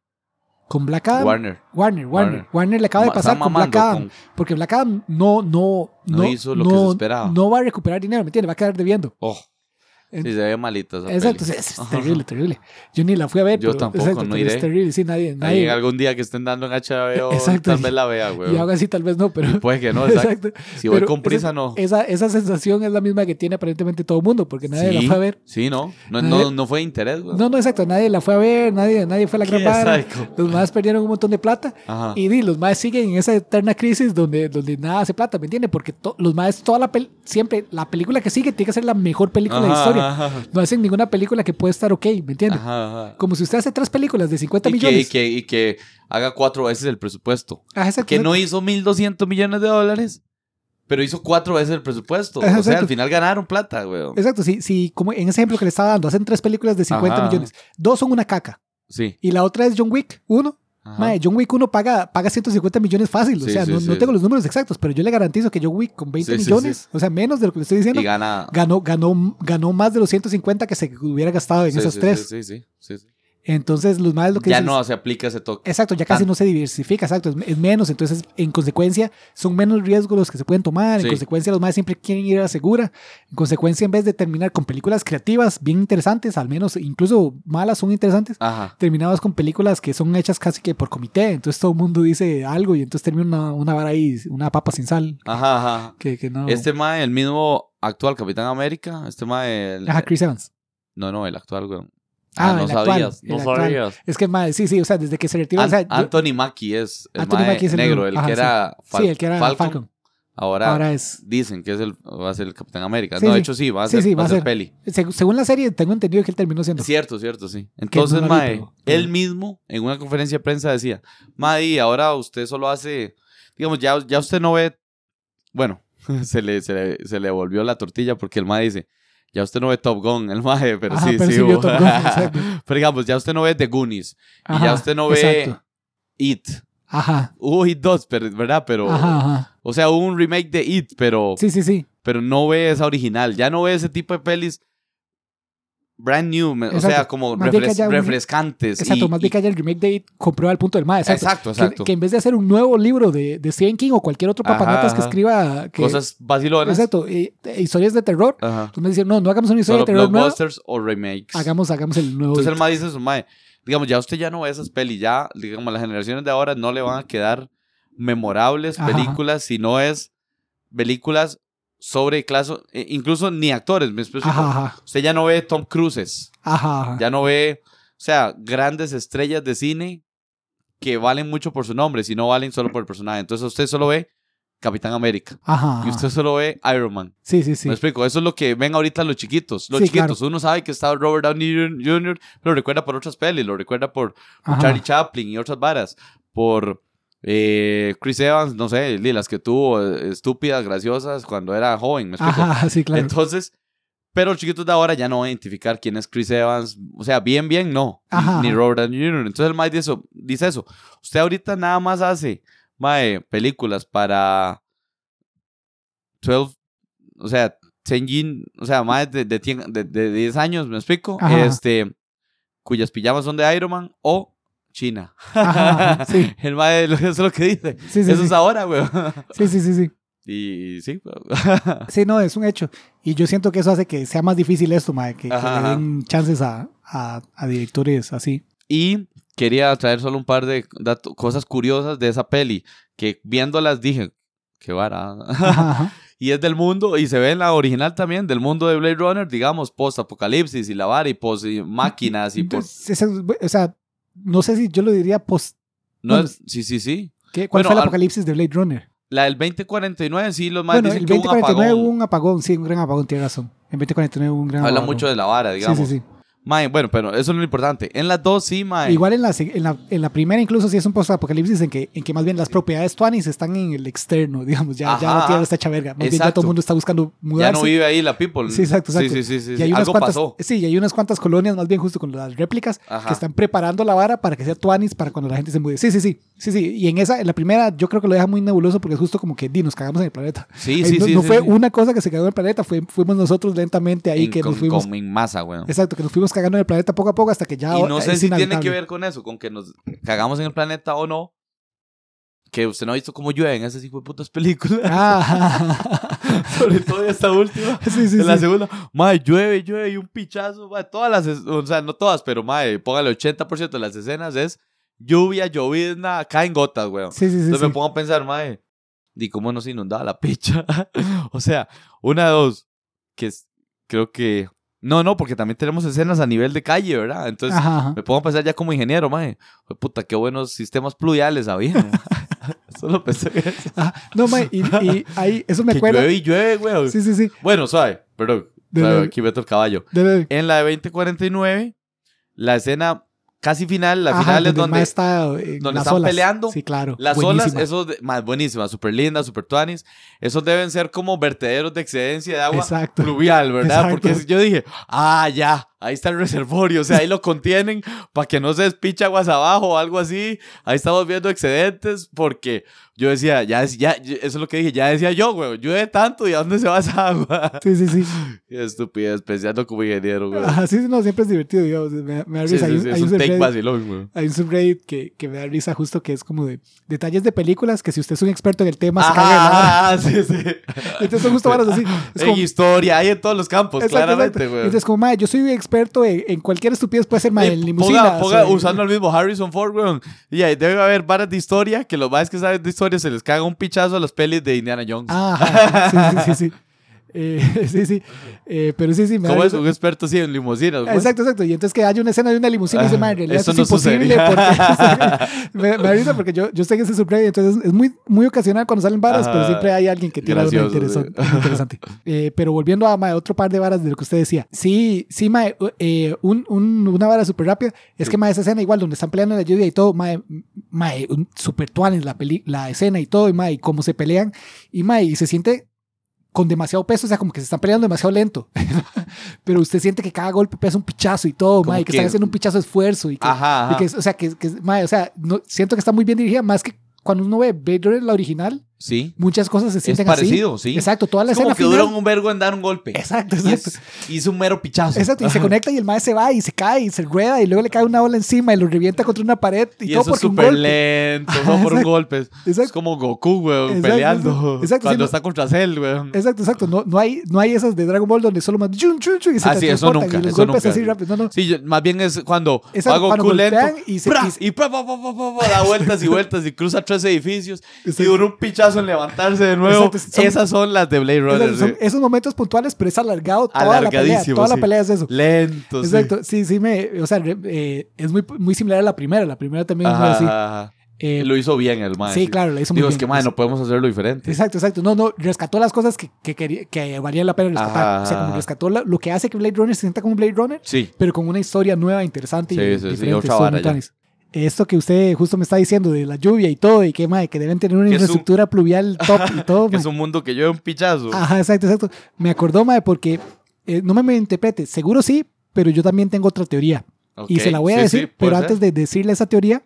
Con Black Adam. Warner,
Warner.
Warner. Warner,
Warner.
le acaba de
Ma-
pasar
está
con Black
mamando
Adam. Porque Black Adam no, no,
No
no.
hizo lo que se esperaba.
No va a recuperar dinero, ¿me entiendes? Va a quedar debiendo.
Oh,
En-
sí, se ve malita esa
Exacto,
peli.
es, es
Ajá.
terrible, terrible. Yo ni la fui a ver.
Yo
pero-
tampoco,
exacto,
no
pero Es
iré.
terrible, sí, nadie.
Ahí
nadie
algún día que estén dando en HBO,
Exacto.
tal vez la vea,
y
güey.
ahora sí, tal vez no, pero.
Puede que no, exacto. Si voy
pero
con prisa,
esa-
no.
Esa, esa sensación es la misma que tiene aparentemente todo el mundo, porque nadie la
Sí.
fue a ver.
Sí, no. No,
Nadie-
no, no fue de interés, güey.
No, no, exacto, nadie la fue a ver, nadie, nadie fue a la
Qué
gran vara.
psycho.
Los más perdieron un montón de plata.
Ajá.
Y di, los más siguen en esa eterna crisis donde, donde nada hace plata, ¿me entiendes? Porque to- los más, toda la pel- siempre, la película que sigue tiene que ser la mejor película de la
Ajá,
historia.
Ajá, ajá.
No hacen ninguna película que pueda estar ok, ¿me entiendes?
Ajá, ajá.
Como si usted hace tres películas de 50
Y que, y
millones.
que, y que haga cuatro veces el presupuesto.
Ajá, exacto,
Que
exacto.
no hizo 1.200 millones de dólares, pero hizo cuatro veces el presupuesto.
Ajá,
o sea,
exacto.
al final ganaron plata, güey.
Exacto, sí, sí, como en ese ejemplo que le estaba dando, hacen tres películas de 50
Ajá.
millones. Dos son una caca.
Sí.
Y la otra es John Wick 1,
Ajá.
Mae, John Wick 1 paga, paga 150 millones fácil. o
Sí,
sea,
sí,
no,
sí,
no
sí.
tengo los números exactos, pero yo le garantizo que John Wick con 20
Sí, sí,
millones, o sea, menos de lo que le estoy diciendo,
y gana.
ganó, ganó, ganó más de los 150 que se hubiera gastado en
Sí,
esas
sí,
tres.
Sí, sí, sí, sí, sí.
Entonces, los más lo que
Ya
dicen es-
no se aplica ese toque.
Exacto, ya casi
Tanto.
no se diversifica, exacto, es, es menos, entonces en consecuencia son menos riesgos los que se pueden tomar, en
Sí.
consecuencia los más siempre quieren ir a la segura, en consecuencia en vez de terminar con películas creativas bien interesantes, al menos incluso malas son interesantes,
Ajá.
terminados con películas que son hechas casi que por comité, entonces todo el mundo dice algo y entonces termina una, una vara ahí, una papa sin sal,
Ajá, ajá.
que, que no...
Este mae, el mismo actual Capitán América, este mae, el-
Ajá, Chris Evans.
no, no, el actual, weón.
Ah, el actual, el actual.
sabías.
Es que, madre, sí, sí, o sea, desde que se retiró, o
An-
sea, yo-
Anthony Mackie es el
Anthony
mae
Mackie es el
negro,
negro.
el
Ajá,
que
sí.
era Fal-
sí, el que era Falcon,
Falcon. Ahora,
ahora es...
dicen que es el, va a ser el Capitán América.
Sí,
no,
sí.
de hecho sí, va a
Sí,
ser,
sí,
va a ser peli.
seg- Según la serie, tengo entendido que él terminó siendo...
Cierto, cierto, sí. Entonces,
la vi,
Mae,
pero-
él mismo en una conferencia de prensa decía, Mae, ahora usted solo hace, digamos, ya, ya usted no ve, bueno, se le, se, le, se le volvió la tortilla porque el Mae dice, ya usted no ve Top Gun, el Mae, pero
Ajá,
sí,
pero
sí.
sí vio
hubo.
Top Gun, exacto.
pero digamos, ya usted no ve The Goonies, y
Ajá,
ya usted no ve
exacto.
It.
Ajá,
Hubo It 2, pero- ¿verdad? Pero,
ajá, ajá.
o sea, hubo un remake de It, pero,
Sí, sí, sí.
pero no ve esa original, ya no ve ese tipo de pelis. Brand new, me- o
Exacto.
sea, como
Más bien que
refres-
haya un-
refrescantes. y-
Exacto,
y
más bien que haya el remake de It comprueba el punto del mae, exacto.
Exacto,
Que-
exacto.
Que, en vez de hacer un nuevo libro de, de Stephen King o cualquier otro
Ajá,
papanatas que
ajá.
escriba... que-
Cosas vacilonas.
Exacto, eh, eh, historias de terror.
Ajá.
Entonces me dicen, no, no hagamos una historia
Solo
de terror nueva,
blockbusters o remakes.
hagamos, hagamos el nuevo.
Entonces el
It.
mae dice su mae, digamos, ya usted ya no ve esas pelis, ya, digamos, las generaciones de ahora no le van a quedar memorables
Ajá.
películas si no es películas sobre clases, incluso ni actores, me explico.
Ajá, ajá,
Usted ya no ve Tom Cruises,
ajá, ajá.
ya no ve, o sea, grandes estrellas de cine que valen mucho por su nombre, si no valen solo por el personaje. Entonces usted solo ve Capitán América
Ajá,
y
ajá.
usted solo ve Iron Man.
Sí, sí, sí.
Me explico, eso es lo que ven ahorita los chiquitos. Los
Sí,
chiquitos, uno sabe que está Robert Downey Jr., Jr., lo recuerda por otras pelis, lo recuerda por
Ajá.
Charlie Chaplin y otras varas, por eh, Chris Evans, no sé, y las que tuvo eh, estúpidas, graciosas cuando era joven, me explico.
Ajá, sí, claro.
Entonces, pero los chiquitos de ahora ya no van a identificar quién es Chris Evans, o sea, bien, bien, no, ni-
Ajá.
ni Robert Downey Jr. Entonces el Mike dice, eso- dice eso, usted ahorita nada más hace, mae, películas para 12, o sea, 10 yin- o sea, más de, de, 10 de- de 10 años, ¿me explico?
Ajá.
Este, cuyas pijamas son de Iron Man o China.
Ajá, ajá, sí.
El mae, eso es lo que dice.
Sí, sí,
eso
sí.
es ahora, güey.
Sí, sí, sí, sí.
Y sí, güey. Ah.
Sí, no, es un hecho. Y yo siento que eso hace que sea más difícil esto, mae, que, que
Ajá,
le
ajá.
den chances a, a, a directores así.
Y quería traer solo un par de dato- cosas curiosas de esa peli, que viéndolas dije, qué vara.
Ajá, ajá.
y es del mundo, y se ve en la original también, del mundo de Blade Runner, digamos, post-apocalipsis y la vara y post y máquinas y por...
Entonces, ese- o sea, no sé si yo lo diría post.
No,
bueno,
es- sí, sí, sí.
¿qué? ¿Cuál
Bueno,
fue el
al-
apocalipsis de Blade Runner?
La del 2049, sí, los más
Bueno,
dicen
el
que hubo un
2049
apagón.
hubo un apagón, sí, un gran apagón, tiene razón. En 2049 hubo un gran
Habla
apagón.
mucho de la vara, digamos.
Sí, sí, sí.
Mae, bueno, pero eso no es lo importante. En las dos, sí, mae.
Igual en la, se- en, la, en la primera incluso sí es un post-apocalipsis en que, en que más bien las propiedades tuanis están en el externo, digamos, ya, ya
Ajá,
la
ajá.
Tierra está hecha verga. Más bien ya
Exacto.
todo el mundo está buscando
ya
mudarse.
no vive ahí la people.
Sí, exacto, exacto.
Sí, sí, sí.
Y
sí.
hay unas
Algo
cuantas,
pasó.
Sí, y hay unas cuantas colonias más bien justo con las réplicas
Ajá.
que están preparando la vara para que sea tuanis para cuando la gente se mude. Sí, sí, sí. Sí, sí. Y en esa, en la primera, yo creo que lo deja muy nebuloso porque es justo como que di, nos cagamos en el planeta.
Sí,
Ahí
sí,
eh, no
sí.
no
sí,
fue
sí.
una cosa que se cagó en el planeta, fue, fuimos nosotros lentamente ahí
En-
que
con,
nos fuimos.
con en masa, weón.
Exacto, que nos fuimos cagando en el planeta poco a poco hasta que ya.
Y no sé
Ah, es
si tiene que
inhabitable.
ver con eso, con que nos cagamos en el planeta o no. Que usted no ha visto cómo llueve en esas hijo de putas películas.
Ah,
Sobre todo esta última.
sí, sí,
en la
sí.
segunda, mae, llueve, llueve y un pichazo, mae, todas las, es- o sea, no todas, pero mae, póngale 80% de las escenas es lluvia, llovizna, caen gotas, weón.
Sí, sí, sí,
Entonces
sí.
me pongo a pensar, mae, ¿y cómo nos inundaba la picha? o sea, una de dos, que es- creo que... No, no, porque también tenemos escenas a nivel de calle, ¿verdad? Entonces
Ajá, ajá.
me pongo a pensar ya como ingeniero, mae. Jue puta, qué buenos sistemas pluviales había. Solo pensé que eso.
Ajá. No, mae, y, y ahí, eso me
Que
acuerda.
llueve y llueve, weón.
Sí, sí, sí.
Bueno, suave, perdón.
Dale,
Suave,
dale.
aquí meto el caballo.
Debe-
En la de 2049, la escena casi final, la
Ajá,
final es
el mae
donde
está, eh,
donde
las
están
olas.
peleando,
Sí, claro.
las olas,
buenísima.
esos de- más buenísimas, súper lindas, súper tuanis, esos deben ser como vertederos de excedencia de agua
Exacto.
pluvial, ¿verdad?
Exacto.
Porque yo dije, ah, ya, ahí está el reservorio, o sea, ahí lo contienen para que no se despiche aguas abajo o algo así. Ahí estamos viendo excedentes porque yo decía, ya, es- ya yo- eso es lo que dije, ya decía yo, güey, llueve tanto y a dónde se va esa agua.
Sí, sí, sí.
Qué estupidez, pensando como ingeniero, güey.
Ajá, sí, sí, no, siempre es divertido, digamos. Me, me da
Sí, sí,
risa. Ah, hay, un-
sí,
hay
es
un
un take
subreddit,
vacilón, güey.
hay un subreddit que, que me da risa justo que es como de detalles de películas que si usted es un experto en el tema se caga en la vara.
Ajá, sí, sí.
Entonces son justo varas así. Es
En
como,
historia, hay en todos los campos,
Exacto,
Pues claramente,
exacto.
güey.
Entonces, como, madre, yo soy experto en, en cualquier estupidez, puede ser, madre,
Eh,
en
ponga,
limusina.
ponga
soy-
usando el mismo Harrison Ford, weón. Y ahí debe haber varas de historia que los más que saben de historia se les caga un pichazo a las pelis de Indiana Jones.
Ah, ajá, sí, sí, sí. Sí, Eh, sí. sí. Eh, pero sí, sí, me da
Como es
risa.
un experto sí, en limusinas, güey.
Exacto, exacto. Y entonces que haya una escena de una limusina y dice,
Ah,
madre, en realidad
eso
eso es
no
imposible.
sucedería.
Porque... me, me da risa porque yo, yo sé que ese subreddit, entonces es muy, muy ocasional cuando salen varas,
Ajá.
pero siempre hay alguien que tira
Ah, Gracioso,
una interesante. interesante. Eh, pero volviendo a mae, otro par de varas de lo que usted decía. Sí, sí, mae, u- eh, un, un- una vara súper rápida. Es que, mae, esa escena igual donde están peleando en la lluvia y todo, mae, mae, un- súper tuanes la, peli, la escena y todo, y mae, y cómo se pelean. Y mae, y se siente con demasiado peso, o sea, como que se están peleando demasiado lento. Pero usted siente que cada golpe pesa un pichazo y todo,
Como
mae, que,
que-
están haciendo un pichazo de esfuerzo y que,
Ajá, ajá.
y que es- o sea, que, que- mae, o sea, no, siento que está muy bien dirigida, más que cuando uno ve Blade Runner, la original,
Sí.
muchas cosas se
Es
sienten
parecido,
así.
sí.
Exacto, toda la
Es
escena
como que
final-
duran un vergo en dar un golpe.
Exacto,
Y
exacto.
es, y es un mero pichazo. Ah,
Exacto, y se conecta y el mae se va y se cae y se rueda y luego le cae una ola encima y lo revienta contra una pared y,
Y
todo
eso es
porque un
súper
golpe.
lento, no por un
Exacto.
golpe. Es
Exacto.
como Goku, weón,
Exacto,
peleando.
exacto. Exacto,
cuando
sí, no-
está contra Cell, weón.
Exacto, exacto. No, no, hay, no hay esas de Dragon Ball donde solo más chun, chun, chun, y se
Ah, sí, eso
teletransportan
nunca,
y los
eso
golpes
nunca.
así rápido. No, no.
Sí, yo- más bien es cuando
Exacto,
hago
cuando
Goku lento.
golpean y se-
¡pra!
y se-
y pa, pa, pa, pa, pa, pa, da vueltas y vueltas y cruza tres edificios y
Exacto.
dura un pichazo en levantarse de nuevo.
Exacto, son-
Esas son las de Blade Runner.
Exacto, son
sí.
esos momentos puntuales, pero es alargado toda la pelea.
Alargadísimo.
Toda la
sí.
pelea es eso.
Lento. sí.
Exacto, sí, sí me, o sea, re- eh, es muy, muy similar a la primera, la primera también
Ajá,
es muy así.
ajá, ajá.
Eh,
Lo hizo bien el man.
sí, claro, la hizo muy
Digo,
bien.
es que man, no podemos hacerlo diferente.
Exacto, exacto. No, no, rescató las cosas que, que, quería- que valía la pena rescatar.
Ajá,
o sea, como
ajá.
rescató la- lo que hace que Blade Runner se sienta como Blade Runner,
Sí.
pero con una historia nueva, interesante
Sí,
y
sí, sí,
diferente.
otra
Son
vara
muy
ya.
tuanis. Esto que usted justo me está diciendo de la lluvia y todo, y que, mae, que deben tener una
Que es un-
infraestructura pluvial top y todo.
Que
mae.
es un mundo que lleva un pichazo.
Ajá, exacto, exacto. Me acordó, mae, porque eh, no me interprete, seguro sí, pero yo también tengo otra teoría.
Ok,
Y se la voy a
sí,
decir,
sí, puede
pero
ser.
antes de decirle esa teoría,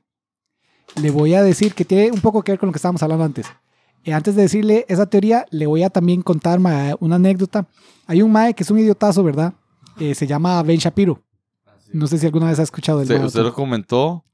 le voy a decir que tiene un poco que ver con lo que estábamos hablando antes. Eh, antes de decirle esa teoría, le voy a también contar ma, una anécdota. Hay un mae que es un idiotazo, ¿verdad? Eh, se llama Ben Shapiro. No sé si alguna vez ha escuchado del
Usted,
mae,
usted
otro.
lo comentó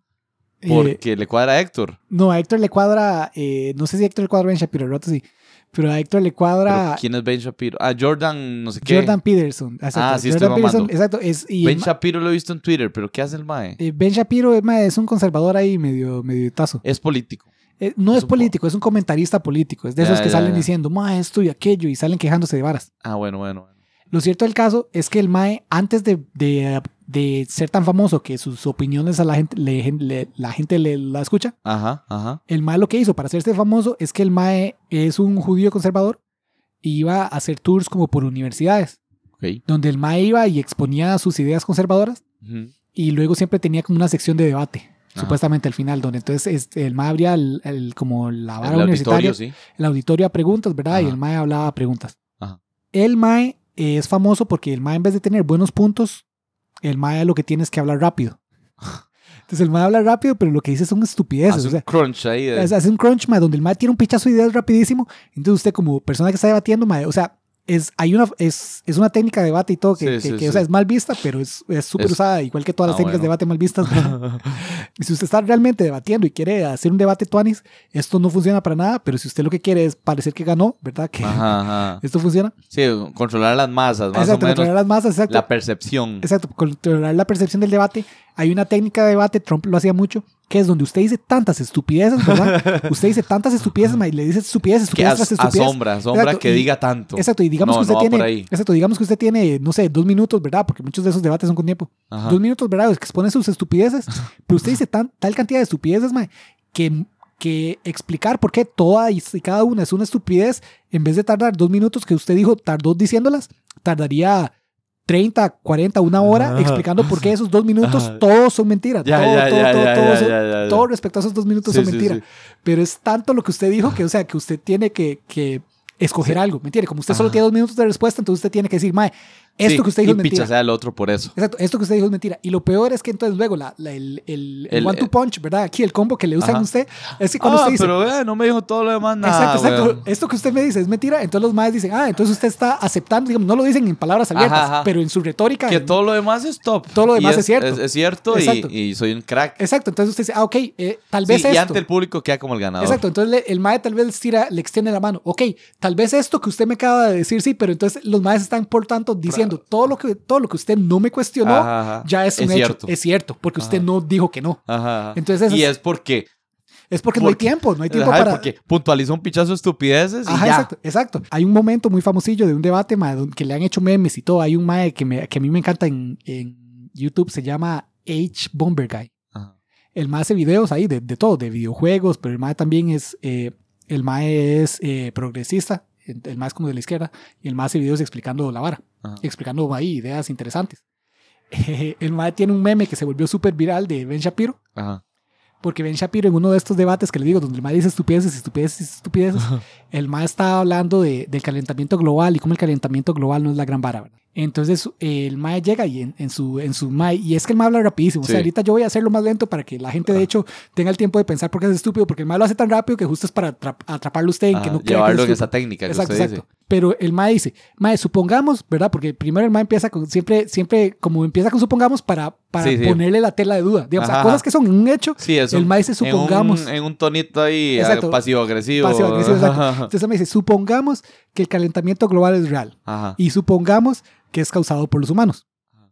Eh,
porque le cuadra a Héctor.
no, a Héctor le cuadra, eh, no sé si a Héctor le cuadra Ben Shapiro, el rato sí. Pero a Héctor le cuadra
¿Pero ¿Quién es Ben Shapiro? Ah, Jordan, no sé qué.
Jordan Peterson. exacto.
Ah, sí, estoy
Jordan Peterson,
mamando.
exacto. Es, y
Ben
el ma-
Shapiro lo he visto en Twitter, pero ¿qué hace el mae?
eh, ben Shapiro es, ma, es un conservador ahí medio, medio tazo.
Es político.
Eh, no
es
es
un po-
político, es un comentarista político. Es de
Ya,
esos que
ya,
salen
ya.
diciendo, ma, esto y aquello, y salen quejándose de varas.
Ah, bueno, bueno. bueno.
Lo cierto del caso es que el Mae, antes de, de- de ser tan famoso que sus opiniones a la gente le, le- la gente le la escucha,
Ajá, ajá.
el Mae lo que hizo para hacerse famoso es que el Mae es un judío conservador y iba a hacer tours como por universidades,
Ok.
donde el Mae iba y exponía sus ideas conservadoras
Ujú.
y luego siempre tenía como una sección de debate.
Ajá.
Supuestamente al final, donde entonces este, el Mae abría el, el- como la vara
El
universitaria
auditorio, sí.
el auditorio a preguntas, ¿verdad? Y
Ajá.
el MAE hablaba a preguntas.
Ajá.
El MAE eh, es famoso porque el MAE en vez de tener buenos puntos, el MAE lo que tiene es que hablar rápido. Entonces el MAE habla rápido, pero lo que dice son estupideces.
Hace
o
un
sea,
crunch ahí. de-
hace- hace un crunch, mae, donde el MAE tiene un pichazo de ideas rapidísimo. Entonces usted como persona que está debatiendo, mae, o sea, es, hay una, es, es una técnica de debate y todo que,
Sí,
que-
sí,
que, o
sí.
sea, es mal vista, pero es es súper
Es-
usada, igual que todas las
Ah,
técnicas de
bueno.
debate mal vistas. ¿verdad? Y si usted está realmente debatiendo y quiere hacer un debate tuanis, esto no funciona para nada, pero si usted lo que quiere es parecer que ganó, ¿verdad? Que
Ajá, ajá.
esto funciona.
Sí, controlar las masas, más
exacto,
o menos.
controlar las masas, exacto.
La percepción.
Exacto, controlar la percepción del debate. Hay una técnica de debate, Trump lo hacía mucho, que es donde usted dice tantas estupideces, ¿verdad? usted dice tantas estupideces, ma, y le dice estupidez,
que
estupidez tras
as-
estupidez.
asombra, asombra
Exacto,
que
y-
diga tanto.
Exacto, y digamos
No,
que usted
no va por
tiene,
ahí.
exacto, digamos que usted tiene, no sé, dos minutos, ¿verdad? Porque muchos de esos debates son con tiempo.
Ajá.
dos minutos, ¿verdad? Es que expone sus estupideces. Pero usted dice tan- tal cantidad de estupideces, mae, que, que explicar por qué toda y y cada una es una estupidez, en vez de tardar dos minutos que usted dijo, tardó diciéndolas, tardaría 30, 40, una hora
Ajá.
explicando por qué esos dos minutos
Ajá.
todos son mentiras.
Ya,
todo,
ya,
todo,
ya,
todo,
ya,
todo
ya,
son-
ya, ya, ya.
todo respecto a esos dos minutos
Sí,
son
sí,
mentiras.
sí.
Pero es tanto lo que usted dijo que, o sea, que usted tiene que... que Escoger algo, ¿me entiende? Como usted solo
Ajá.
tiene dos minutos de respuesta, entonces usted tiene que decir, Mae, esto
Sí,
que usted dijo
y
es mentira.
pichasea al otro por eso.
Exacto, esto que usted dijo es mentira. Y lo peor es que entonces luego la, la- el, el, el
El-
one two
el-
punch, ¿verdad? Aquí el combo que le usan a
Ajá.
usted es que cuando
ah,
usted dice.
pero vea, no me dijo todo lo demás nada.
exacto, exacto.
weón.
Esto que usted me dice es mentira. Entonces los maes dicen, ah, entonces usted está aceptando, digamos, no lo dicen en palabras
Ajá,
abiertas,
ajá.
pero en su retórica.
Que
en-
todo lo demás es top.
Todo
Y
lo demás es cierto.
Es, cierto y-
Exacto.
y, soy un crack.
Exacto, entonces usted dice, ah, ok, eh, tal vez
Sí, y
esto.
ante el público queda como el ganador.
Exacto, entonces le- el mae tal vez tira, le extiende la mano. Ok, tal vez esto que usted me acaba de decir, sí, pero entonces los maes están, por tanto, diciendo todo lo que, todo lo que usted no me cuestionó
Ajá, ajá.
ya es un
Es
hecho.
cierto.
Es cierto, porque usted
Ajá.
no dijo que no.
Ajá, ajá.
Entonces,
y
esas-
es porque,
Es porque no hay
Porque-
tiempo, no hay tiempo
ajá,
para...
porque puntualizó un pichazo de estupideces y
Ajá,
ya.
exacto, exacto. Hay un momento muy famosillo de un debate mae, don- que le han hecho memes y todo. Hay un mae que, me- que a mí me encanta en, en YouTube, se llama H. Bomber Guy.
Ajá.
El mae hace videos ahí de, de todo, de videojuegos, pero el mae también es... eh, el mae es eh, progresista, el mae es como de la izquierda, y el mae hace videos explicando la vara,
Ajá.
explicando ahí ideas interesantes. el mae tiene un meme que se volvió súper viral de Ben Shapiro,
Ajá.
porque Ben Shapiro en uno de estos debates que le digo, donde el ma dice estupideces, estupideces, estupideces, el ma estaba hablando de- del calentamiento global y cómo el calentamiento global no es la gran vara, ¿verdad? Entonces eh, el ma llega y en, en su, en su ma, y es que el ma habla rapidísimo, o sea,
Sí.
ahorita yo voy a hacerlo más lento para que la gente de hecho tenga el tiempo de pensar porque es estúpido, porque el ma lo hace tan rápido que justo es para atrap- atraparlo a usted en que
Ajá.
no crea que es
Llevarlo en
estúpido.
esa técnica que
Exacto,
usted
exacto. Pero el ma dice, ma, supongamos, ¿verdad? Porque primero el ma empieza con, siempre, siempre, como empieza con supongamos para, para
Sí, sí.
ponerle la tela de duda. Digamos, a
Ajá,
cosas
ajá.
que son un hecho,
dice. Sí, eso.
el ma dice, supongamos.
En un, en un tonito ahí
Exacto.
ah, pasivo-agresivo.
Pasivo-agresivo, exacto.
Ajá.
Entonces me dice, supongamos que el calentamiento global es real
Ajá.
y supongamos que es causado por los humanos.
Ajá.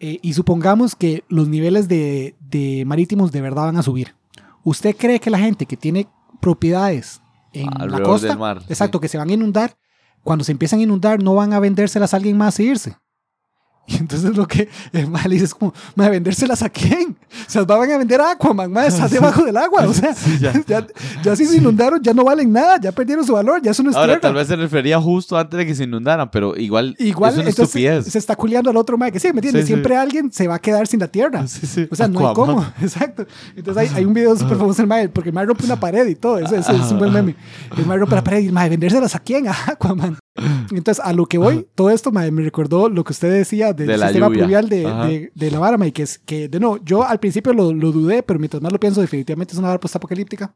Eh, y supongamos que los niveles de, de marítimos de verdad van a subir. ¿Usted cree que la gente que tiene propiedades en la
Alrededor
costa,
del mar, sí.
exacto, que se van a inundar, cuando se empiezan a inundar no van a vendérselas a alguien más e irse? Y entonces lo que el mal dice es como, ¿me vendérselas a quién? Se las van a vender a Aquaman, ma, estás debajo del agua. O sea,
Sí, ya.
ya, ya si se inundaron, ya no valen nada, ya perdieron su valor, ya eso no es
Ahora,
tierra.
tal vez se refería justo antes de que se inundaran, pero igual,
Igual
es una
entonces,
estupidez.
se está culeando al otro mae que sí, ¿me entiendes?
Sí, sí.
Siempre alguien se va a quedar sin la tierra.
Sí, sí.
O sea, no hay
Aquaman. Ah.
cómo. Exacto. Entonces hay, hay un video súper famoso del mae, porque el mae rompe una pared y todo. Eso, eso es un buen meme. El mae rompe la pared y el mae, ¿vendérselas a quién? A Aquaman. Entonces, a lo que voy, todo esto mae, me recordó lo que usted decía del
De la
sistema
lluvia.
pluvial de,
Ajá.
de, de la vara, mae, que es que, de no, yo al principio lo, lo dudé, pero mientras más lo pienso, definitivamente es una vara postapocalíptica.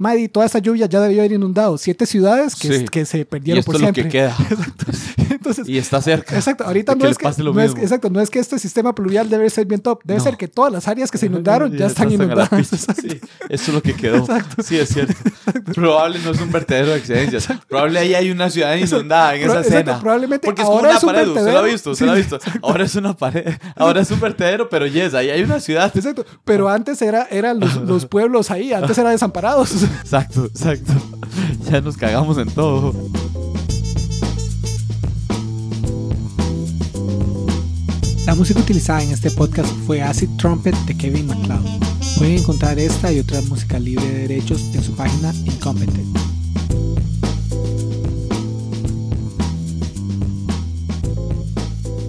Madre, y toda esa lluvia ya debió haber inundado siete ciudades que,
Sí.
que se
Y
perdieron
esto es
por
lo
siempre.
que queda.
Entonces,
Y está cerca.
Exacto, ahorita
de
no
que
es,
le
que,
pase lo
no es-
mismo.
exacto, no es que este sistema pluvial debe ser bien top, debe
No.
ser que todas las áreas que se inundaron Eh, ya, están
a la
inundadas.
pizza, sí. eso es lo que quedó. Sí, es cierto. Probable no es un vertedero de excelencias. Probable ahí hay una ciudad inundada en esa
Exacto,
escena.
probablemente
Porque es como
ahora
una
es un
pared, usted lo ha
vertedero.
visto, usted lo ha
Sí,
visto. Ahora es una pared, ahora es un vertedero, pero yes, ahí hay una ciudad.
Exacto, pero antes era, eran los, los pueblos ahí, antes eran desamparados.
Exacto, exacto. Ya nos cagamos en todo.
La música utilizada en este podcast fue Acid Trumpet de Kevin MacLeod. Pueden encontrar esta y otra música libre de derechos en su página Incompetent.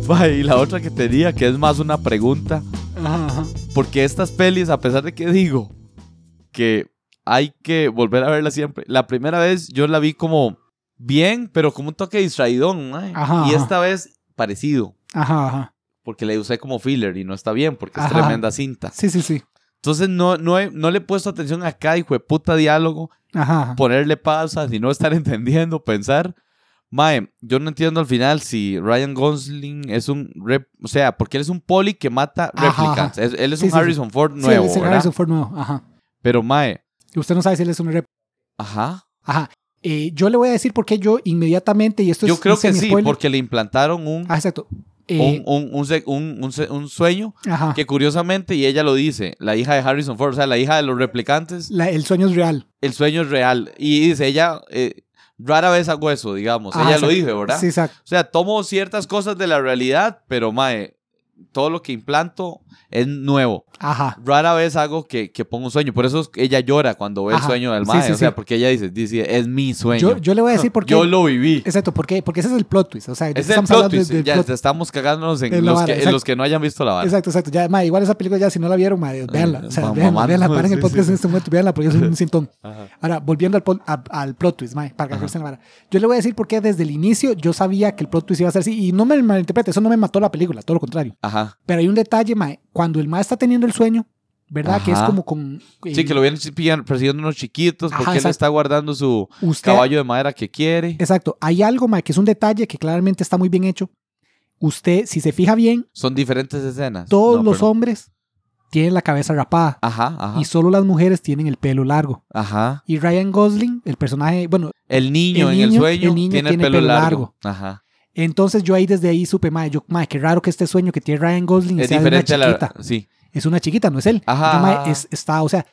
Va, Y la otra que tenía, que es más una pregunta, porque estas pelis, a pesar de que digo que hay que volver a verla siempre, la primera vez yo la vi como bien, pero como un toque distraidón, mae.
Ajá,
y
ajá.
esta vez parecido,
Ajá, ajá.
porque le usé como filler y no está bien, porque es
Ajá.
tremenda cinta.
Sí, sí, sí.
Entonces no, no, he- no le he puesto atención a cada hijo de puta diálogo,
Ajá. ajá.
ponerle pausas y no estar entendiendo, pensar. Mae, yo no entiendo al final si Ryan Gosling es un... rep- o sea, porque él es un poli que mata
Ajá, ajá.
replicants. Es- él es
Sí,
un
sí, sí.
Harrison Ford
Sí,
nuevo,
es el
¿verdad?
Harrison Ford nuevo. Ajá.
Pero Mae,
Y usted no sabe si él es un rep.
ajá.
Ajá. Eh, yo le voy a decir por qué yo inmediatamente, y esto es
Yo creo que sí,
semi-spoiler.
porque le implantaron un,
Ah, exacto.
un,
Eh,
un- un se- un- un se- un sueño
ajá.
que curiosamente, y ella lo dice, la hija de Harrison Ford, o sea, la hija de los replicantes,
La- el sueño es real.
el sueño es real. Y dice, ella eh, rara vez hago eso, digamos.
Ah,
ella lo
exacto.
dice, ¿verdad?
Sí, exacto.
O sea, tomo ciertas cosas de la realidad, pero mae, todo lo que implanto es nuevo.
Ajá.
Rara vez hago que, que pongo un sueño. Por eso es que ella llora cuando ve
Ajá.
el sueño del
Sí,
mae.
sí,
o sea,
sí.
porque ella dice, dice, es mi sueño.
Yo,
Yo,
yo le voy a decir por qué.
lo viví.
Exacto, ¿por qué? Porque ese es el plot twist. O sea,
Es el
estamos
plot
hablando
twist.
del
ya
plot-
te estamos cagándonos en,
En la
los,
vara,
que, en
exacto.
los que no hayan visto la vara.
Exacto, exacto. Ya, ma, igual esa película ya si no la vieron, ma, véanla. O sea,
ma-
véanla,
Eh, mamá,
véanla,
no,
paren el
sí,
podcast
sí.
en este momento, véanla porque es un sintón.
Ajá.
Ahora, volviendo al, pol- a- al plot twist, ma, para que
Ajá.
acuérdense la vara. Yo le voy a decir por qué desde el inicio yo sabía que el plot twist iba a ser así y no me malinterprete, eso no me mató la película, todo lo contrario.
Ajá.
Pero hay un detalle, ma, cuando el ma está teniendo el sueño, ¿verdad? Que es
Ajá.
como con... eh,
Sí, que lo vienen pillan- persiguiendo unos chiquitos
Ajá,
porque él
exacto.
está guardando su
usted,
caballo de madera que quiere.
Exacto, hay algo, ma, que es un detalle que claramente está muy bien hecho. Usted, si se fija bien,
Son diferentes escenas.
todos
No,
los
pero-
hombres tienen la cabeza rapada
Ajá, ajá.
y solo las mujeres tienen el pelo largo.
Ajá.
Y Ryan Gosling, el personaje, bueno,
El niño
El
en
niño-
el sueño
el niño
tiene el pelo, largo. Ajá.
entonces yo ahí desde ahí supe, mae, yo, mae, qué raro que este sueño que tiene Ryan Gosling
Es
sea de una
diferente a
chiquita.
la. Sí.
Es una chiquita, no es él.
Ajá.
Yo, mae, es- está, o sea,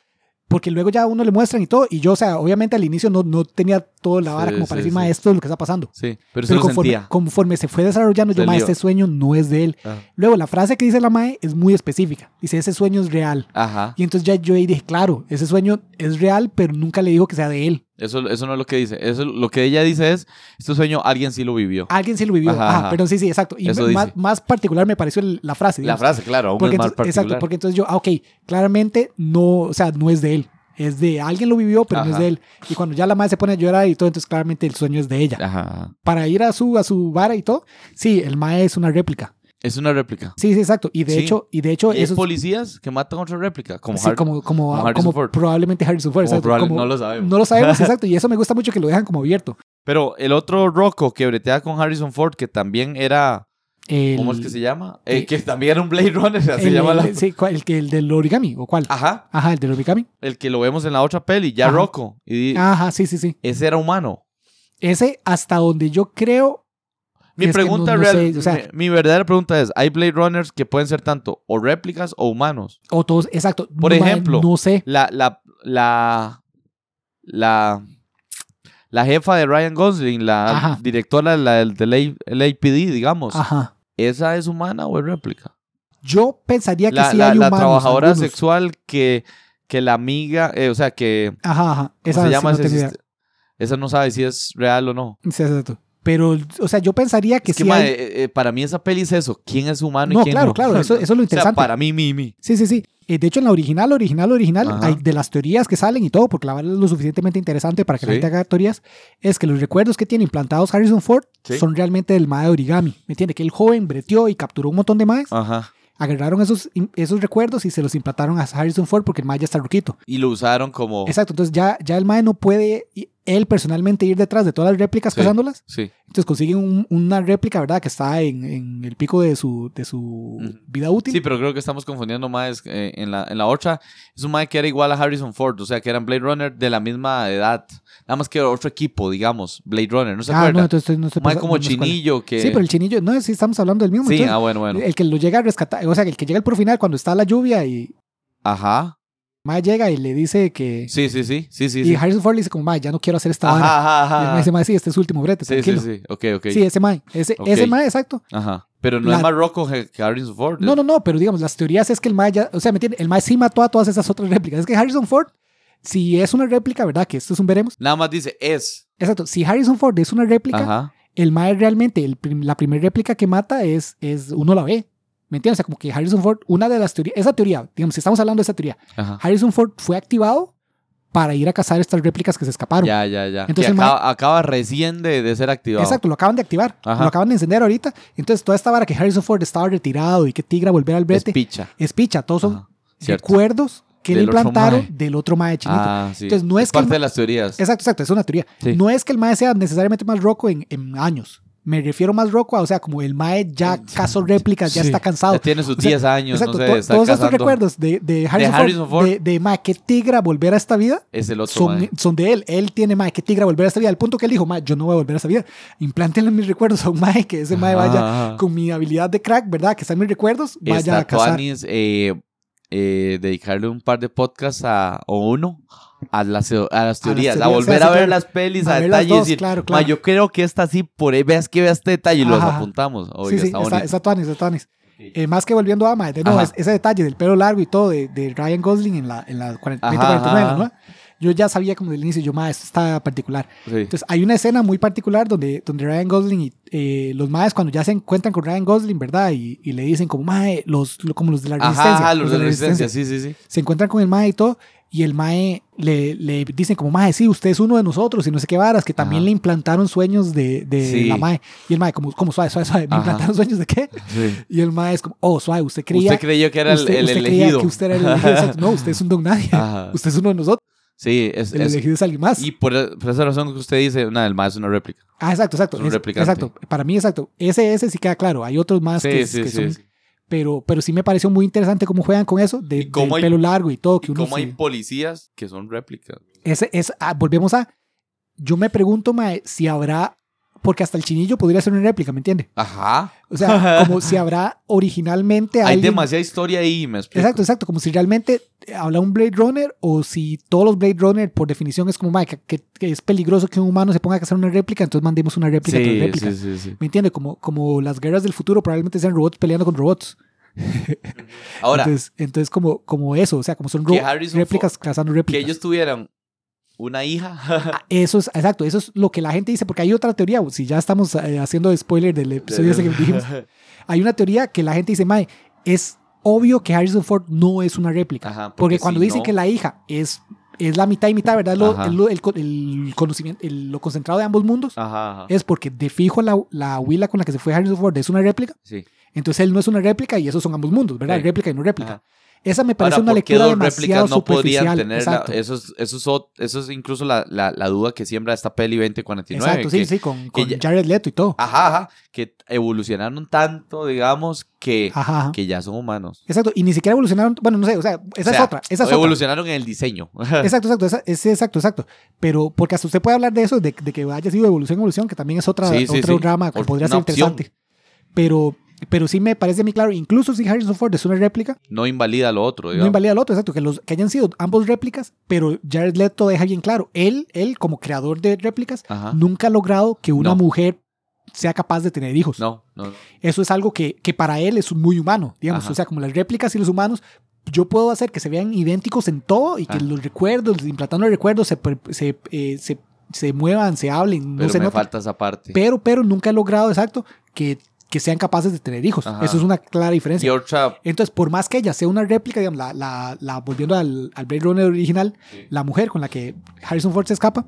porque luego ya uno le muestran y todo, y yo, o sea, obviamente al inicio no, no tenía toda la vara
Sí,
como para
sí,
decir, mae,
sí.
esto es lo que está pasando.
Sí. Pero, se
Pero
lo
conforme,
sentía. Ah,
conforme se fue desarrollando, yo,
Se
mae,
lió.
este sueño no es de él.
Ajá.
Luego la frase que dice la mae es muy específica. Dice, ese sueño es real.
Ajá.
Y entonces ya yo ahí dije, claro, ese sueño es real, pero nunca le digo que sea de él.
Eso, eso no es lo que dice. Eso, lo que ella dice es: este sueño alguien sí lo vivió.
Alguien sí lo vivió.
Ajá,
Ajá,
ajá.
perdón, sí, sí, exacto. Y
Eso
me- más,
dice.
más particular me pareció el- la frase.
la
digamos.
frase, claro, aún
Porque
es más
entonces-
particular.
exacto, porque entonces yo, ah, ok, claramente no, o sea, no es de él. Es de alguien lo vivió, pero no es
Ajá.
de él. Y cuando ya la madre se pone a llorar y todo, entonces claramente el sueño es de ella.
Ajá, Ajá.
Para ir a su, a su vara y todo, sí, el mae es una réplica.
Es una réplica.
Sí, sí, exacto. Y de
Sí.
hecho, y de hecho,
Y hay
eso es-
policías que matan otra réplica. Como,
sí,
Har-
como, como,
como
como,
Harrison Ford.
probablemente Harrison Ford.
como
exacto,
probable-
como-
no lo sabemos.
no lo sabemos, exacto. Y eso me gusta mucho que lo dejan como abierto.
Pero el otro Rocco que bretea con Harrison Ford, que también era.
El-
¿Cómo es que se llama? Eh,
el-
que también era un Blade Runner. Se
el-
llama la. Ah.
el- sí, ¿cuál? el que- el del origami, ¿o cuál?
Ajá.
Ajá, el del origami.
El que lo vemos en la otra peli, ya
Ajá. Ah.
Rocco. Y
Ajá, sí, sí, sí.
ese era humano.
Ese hasta donde yo creo.
Mi
Es que
pregunta
no- no
real,
sé, o sea-
mi, mi verdadera pregunta es, ¿hay Blade Runners que pueden ser tanto o réplicas o humanos?
O todos, exacto.
Por
no, ma-
ejemplo,
No sé.
La, la, la, la, la jefa de Ryan Gosling, la
Ajá.
directora de la, del del LAPD, digamos,
Ajá.
¿esa es humana o es réplica?
Yo pensaría que
La,
sí
la-
hay
la
humanos,
trabajadora
algunos.
sexual que, que la amiga, eh, o sea, que
Ajá, ajá.
¿cómo
Esa
se
sí
llama este.
no
ese
tengo idea.
sist- Esa no sabe si es real o no.
Sí, exacto. Pero, o sea, yo pensaría que
Es que,
sí.
ma,
hay-
eh, eh, para mí esa peli es eso. ¿Quién es humano
No,
y quién
claro,
no?
claro. Eso, eso es lo
O sea,
interesante.
para mí, Mimi.
Sí, sí, sí. Eh, de hecho, en la original, original, original,
Ajá.
hay de las teorías que salen y todo, porque la verdad es lo suficientemente interesante para que la
Sí.
gente haga teorías, es que los recuerdos que tiene implantados Harrison Ford
Sí. Ah.
son realmente del mae de origami. ¿Me entiendes? Que el joven breteó y capturó un montón de maes
Ajá.
agarraron esos, esos recuerdos y se los implantaron a Harrison Ford porque el mae ya está ruquito.
Y lo usaron como.
Exacto, entonces ya, ya el mae no puede i- él personalmente ir detrás de todas las réplicas
Sí.
pasándolas.
Sí.
Entonces consiguen un- una réplica, ¿verdad? Que está en, en el pico de su, de su
Ujú.
vida útil.
Mm. Sí, pero creo que estamos confundiendo más eh, en, la, en la otra. Es un mae que era igual a Harrison Ford, o sea, que eran Blade Runner de la misma edad. Nada más que otro equipo, digamos, Blade Runner, ¿no se
ah, no,
acuerda?
entonces no estoy
un mae
pensando-
como
no sé cuál es.
chinillo que...
Sí, pero el chinillo, no, sí, estamos hablando del mismo.
Sí,
entonces,
ah, bueno, bueno.
El que lo llega a rescatar, o sea, el que llega al puro final cuando está la lluvia y
Ajá.
Mae llega y le dice que.
Sí, sí, sí, sí, sí.
y
sí.
Harrison Ford le dice, como, Mae, ya no quiero hacer esta vara.
Ajá,
Y el
ajá,
mae dice,
ajá.
Mae, sí, este es su último brete,
Sí, sí,
tranquilo.
sí. Ok, ok.
Sí, ese Mae. Ese,
Ok.
ese Mae, exacto.
Ajá. Pero no
La-
es más roco que que Harrison Ford.
No, no, no, pero digamos, las teorías es que el Mae ya. O sea, ¿me entiendes? El Mae sí mató a todas esas otras réplicas. Es que Harrison Ford, si es una réplica, ¿verdad? Que esto es un veremos.
Nada más dice es.
Exacto. Si Harrison Ford es una réplica,
Ajá.
el Mae realmente, el prim- la primera réplica que mata es, es. Uno la ve. ¿Me entiendes? O sea, como que Harrison Ford, una de las teorías. Esa teoría, digamos, si estamos hablando de esa teoría,
Ajá.
Harrison Ford fue activado para ir a cazar estas réplicas que se escaparon.
Ya, ya, ya.
Entonces
Entonces,
el mae-
acaba, acaba recién de, de ser activado.
Exacto, lo acaban de activar,
Ajá.
lo acaban de encender ahorita. Entonces, toda esta vara que Harrison Ford estaba retirado y que Tigra volver al
Es
brete, es,
picha.
picha, todos son
Ajá. Cierto.
recuerdos que le
Del otro
implantaron
mae.
del otro mae chinito.
Ah, sí.
Entonces, no es que el
parte
ma-
de las teorías.
Exacto, exacto, es una teoría.
Sí.
No es que el mae sea necesariamente más roco en, en años. Me refiero más roco a, o sea, como el mae ya cazó réplicas, ya
Eh, Sí.
está cansado.
Ya tiene sus
O sea,
10 años,
Exacto,
no sé,
to-
está
todos estos
cazando.
recuerdos de, de Harrison,
Harrison
Ford,
Ford.
de, de mae, que Tigra volver a esta vida,
Es el otro
son,
mae.
son de él. Él tiene mae que tigra volver a esta vida. Al punto que él dijo, mae, yo no voy a volver a esta vida. Implántenle mis recuerdos a un mae que ese mae vaya
Ajá.
con mi habilidad de crack, ¿verdad? Que están mis recuerdos, vaya
Ah. Está
a cazar.
Tuanis, eh, eh, dedicarle un par de podcasts a, o uno a las, a las teorías, a,
teorías,
volver
sí,
a
sí,
ver
claro.
las pelis,
A
a,
ver las
detalle y
dos,
decir,
claro,
"Ma,
claro".
yo creo que esta sí, por ahí veas que veas este detalle y los
Ajá.
apuntamos. Oiga,
sí, sí,
está
está,
bonito.
está tuanis, está tuanis. Eh, más que volviendo a mae, de nuevo,
Ajá.
es- ese detalle del pelo largo y todo de, de Ryan Gosling en la, en la 40,
Ajá,
2049,
ajá.
¿no? Yo ya sabía como del inicio, yo, mae, esto está particular.
Sí.
Entonces, hay una escena muy particular donde, donde Ryan Gosling y eh, los maes, cuando ya se encuentran con Ryan Gosling, ¿verdad? Y, y le dicen como, mae, los, lo- como los de la resistencia.
Ajá, ajá, los de la resistencia, sí, sí, sí.
se encuentran con el mae y todo, y el mae le, le dicen como, mae, sí, usted es uno de nosotros y no sé qué varas, que también
Ajá.
le implantaron sueños de, de
Sí.
la mae. Y el mae, como, como suave, suave, suave, ¿me
Ajá.
implantaron sueños de qué? Y el mae es como, oh, suave, usted creía...
usted creyó que era el-
usted-
el,
usted creía
elegido.
que usted era el elegido. Exacto. No, usted es un don nadie.
Ajá.
Usted es uno de nosotros.
Sí, es,
El
es-
elegido es alguien más.
y por, por esa razón que usted dice, nada, el más es una réplica.
ah, exacto, exacto.
es un
Es-
replicante.
exacto. Para mí, exacto. Ese, ese sí queda claro. Hay otros más
Sí,
que,
sí,
que
sí.
son...
sí.
Pero, pero sí me pareció muy interesante cómo juegan con eso, de,
Y cómo
del
hay-
pelo largo y todo. Que
Y
uno
como
se-
hay policías que son réplicas.
Ese es, ah, volvemos a. Yo me pregunto, mae, si habrá. Porque hasta el chinillo podría ser una réplica, ¿me entiende?
Ajá.
O sea, como si habrá originalmente
Hay
alguien-
demasiada historia ahí, me explico.
Exacto, exacto. Como si realmente eh, habla un Blade Runner o si todos los Blade Runner, por definición, es como, mae, que, que- que es peligroso que un humano se ponga a hacer una réplica, entonces mandemos una réplica tras
Sí,
réplica.
sí, sí, sí.
¿Me entiende? Como, como las guerras del futuro probablemente sean robots peleando con robots.
Ahora,
entonces, entonces como, como eso, o sea, como son
Que
ro-
Harrison
réplicas cazando
que
réplicas.
ellos tuvieran una hija.
Ah, Eso es, exacto, eso es lo que la gente dice, porque hay otra teoría, si ya estamos eh, haciendo spoiler del episodio ese que dijimos, hay una teoría que la gente dice, Mae, es obvio que Harrison Ford no es una réplica,
Ajá,
porque,
porque
cuando
si
dicen
no-
que la hija es, es la mitad y mitad, ¿verdad? Lo,
Ajá.
el, lo- el co- el conocimiento, el- lo concentrado de ambos mundos,
Ajá, ajá.
es porque de fijo la, la abuela con la que se fue Harrison Ford es una réplica,
Sí.
entonces él no es una réplica y esos son ambos mundos, ¿verdad?
Sí.
Réplica y no réplica.
Ajá.
Esa me parece
Ahora,
una
¿por qué
lectura
dos
demasiado
réplicas no podrían
superficial.
tener? la-
exacto.
eso, es, eso, es, ot- eso es incluso la, la, la duda que siembra esta peli 2049.
Exacto, sí,
que-
sí, con, con
ya- Ah,
Jared Leto y todo.
Ajá, ajá, que evolucionaron tanto, digamos, que,
Ajá, ajá.
que ya son humanos.
Exacto, y ni siquiera evolucionaron. Bueno, no sé, o sea, esa
O sea,
es otra. Esa es otra.
evolucionaron en el diseño.
Exacto, exacto, esa- es, exacto, exacto. Pero porque hasta usted puede hablar de eso, de, de que haya sido evolución, evolución, que también es otra,
Sí, sí,
otro
sí.
drama que
Ot-
podría
una
ser
opción.
interesante. Pero, pero sí me parece a mí claro, incluso si Harrison Ford es una réplica,
no invalida lo otro,
no
digamos.
invalida al otro, exacto, que, los, que hayan sido ambos réplicas, pero Jared Leto deja bien claro, él, él como creador de réplicas,
Ajá.
nunca ha logrado que una
Ah. No.
mujer sea capaz de tener hijos.
No, no, no.
Eso es algo que, que para él es muy humano, digamos.
Ajá.
O sea, como las réplicas y los humanos, yo puedo hacer que se vean idénticos en todo y que
Ajá.
los recuerdos, implantando los recuerdos, se, per- se, eh, se, se muevan, se hablen, no
Pero
se
me
noten.
falta esa parte.
Pero, pero nunca he logrado, exacto, que, que sean capaces de tener hijos.
Ajá.
Eso es una clara
y
diferencia.
otra,
Entonces, por más que ella sea una réplica, digamos, la, la, la- volviendo al, al Blade Runner original,
Sí.
la mujer con la que Harrison Ford se escapa,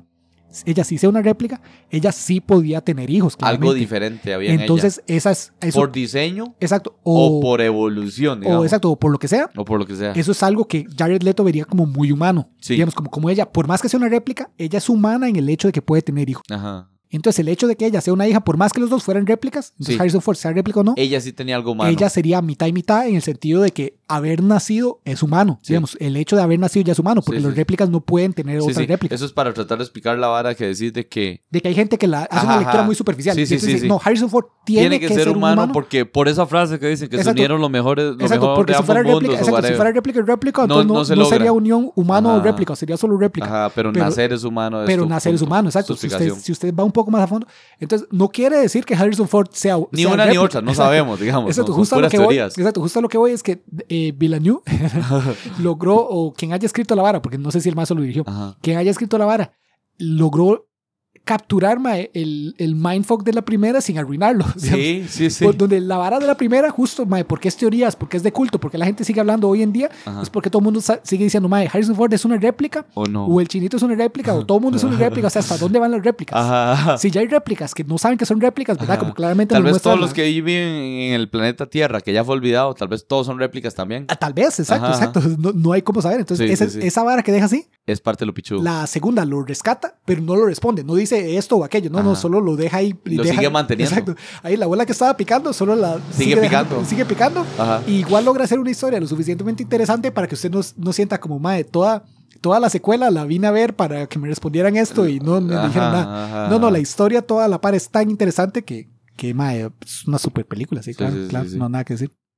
ella sí sea una réplica, ella sí podía tener hijos.
Algo
claramente.
diferente había en
Entonces, esa es.
ella.
eso-
por diseño
exacto.
o,
O,
por evolución,
o
digamos,
exacto, o por lo que sea.
o por lo que sea.
Eso es algo que Jared Leto vería como muy humano.
Sí.
Digamos, como, como ella, por más que sea una réplica, ella es humana en el hecho de que puede tener hijos.
Ajá.
Entonces, el hecho de que ella sea una hija, por más que los dos fueran réplicas, entonces
Sí.
Harrison Ford sea réplica o no,
Ella sí tenía algo malo.
ella sería mitad y mitad en el sentido de que haber nacido es humano.
Sí.
Digamos, el hecho de haber nacido ya es humano, porque
Sí, sí,
las
sí.
réplicas no pueden tener
Sí,
otras
sí.
réplicas.
Eso es para tratar de explicar la vara que decís de que
De que hay gente que la hace
Ajá,
una lectura
ajá.
muy superficial.
Sí,
Y
sí,
entonces
sí,
dice,
sí.
No, Harrison Ford tiene,
tiene que, ser, humano, porque por esa frase que dicen que se
Exacto.
unieron lo mejor lo
Exacto,
mejor
porque
de
si fuera,
ambos mundos
réplica,
o
exacto, si
whatever.
fuera réplica y réplica,
No,
entonces no,
no se
no
logra.
sería unión humano o
Ajá.
réplica, sería solo réplica.
Ajá, pero,
Pero-
nacer es humano. es
pero
tu
nacer es
punto,
humano,
tu
exacto. Si usted,
explicación.
si usted va un poco más a fondo. Entonces, no quiere decir que Harrison Ford sea.
Ni
sea
una ni
réplica.
otra, no
Exacto.
sabemos, digamos.
Exacto,
no, son
justo a lo
puras
que voy,
teorías.
exacto, justo a lo que voy es que eh, Villeneuve logró, o quien haya escrito la vara, porque no sé si el mazo lo dirigió,
Ajá.
quien haya escrito la vara, logró capturar mae, el, el mindfuck de la primera sin arruinarlo. digamos.
Sí, sí, sí.
Por- donde la vara de la primera, justo, mae, porque es teorías, porque es de culto, porque la gente sigue hablando hoy en día,
Ajá.
es porque todo el mundo sa- sigue diciendo, mae, Harrison Ford es una réplica,
O no.
o el chinito es una réplica, o todo el mundo es una réplica, o sea, ¿hasta dónde van las réplicas?
Ajá. ajá.
Si ya hay réplicas que no saben que son réplicas, ¿verdad?
Ajá.
Como claramente
Tal
lo
vez
muestra
todos
la-
los que viven en el planeta Tierra, que ya fue olvidado, tal vez todos son réplicas también.
Ah, Tal vez, exacto,
Ajá,
exacto. No, no hay cómo saber. Entonces,
Sí,
esa,
sí, sí.
esa vara que deja así,
Es parte de lo pichudo.
la segunda lo rescata, pero no lo responde. No dice esto o aquello. No, no,
Ajá.
solo lo deja ahí. y
Lo
deja-
sigue manteniendo.
Exacto. Ahí la bola que estaba picando, solo la.
Sigue
dejando-
picando.
sigue picando.
Ajá.
Y igual logra hacer una historia lo suficientemente interesante para que usted no, no sienta como, madre, toda, toda la secuela la vine a ver para que me respondieran esto y no me
Ajá,
dijeron nada.
ajá,
No, no, la
ajá.
historia toda a la par es tan interesante que, que madre, es una super película, sí,
Sí,
claro,
sí, sí,
claro,
sí.
no nada que decir.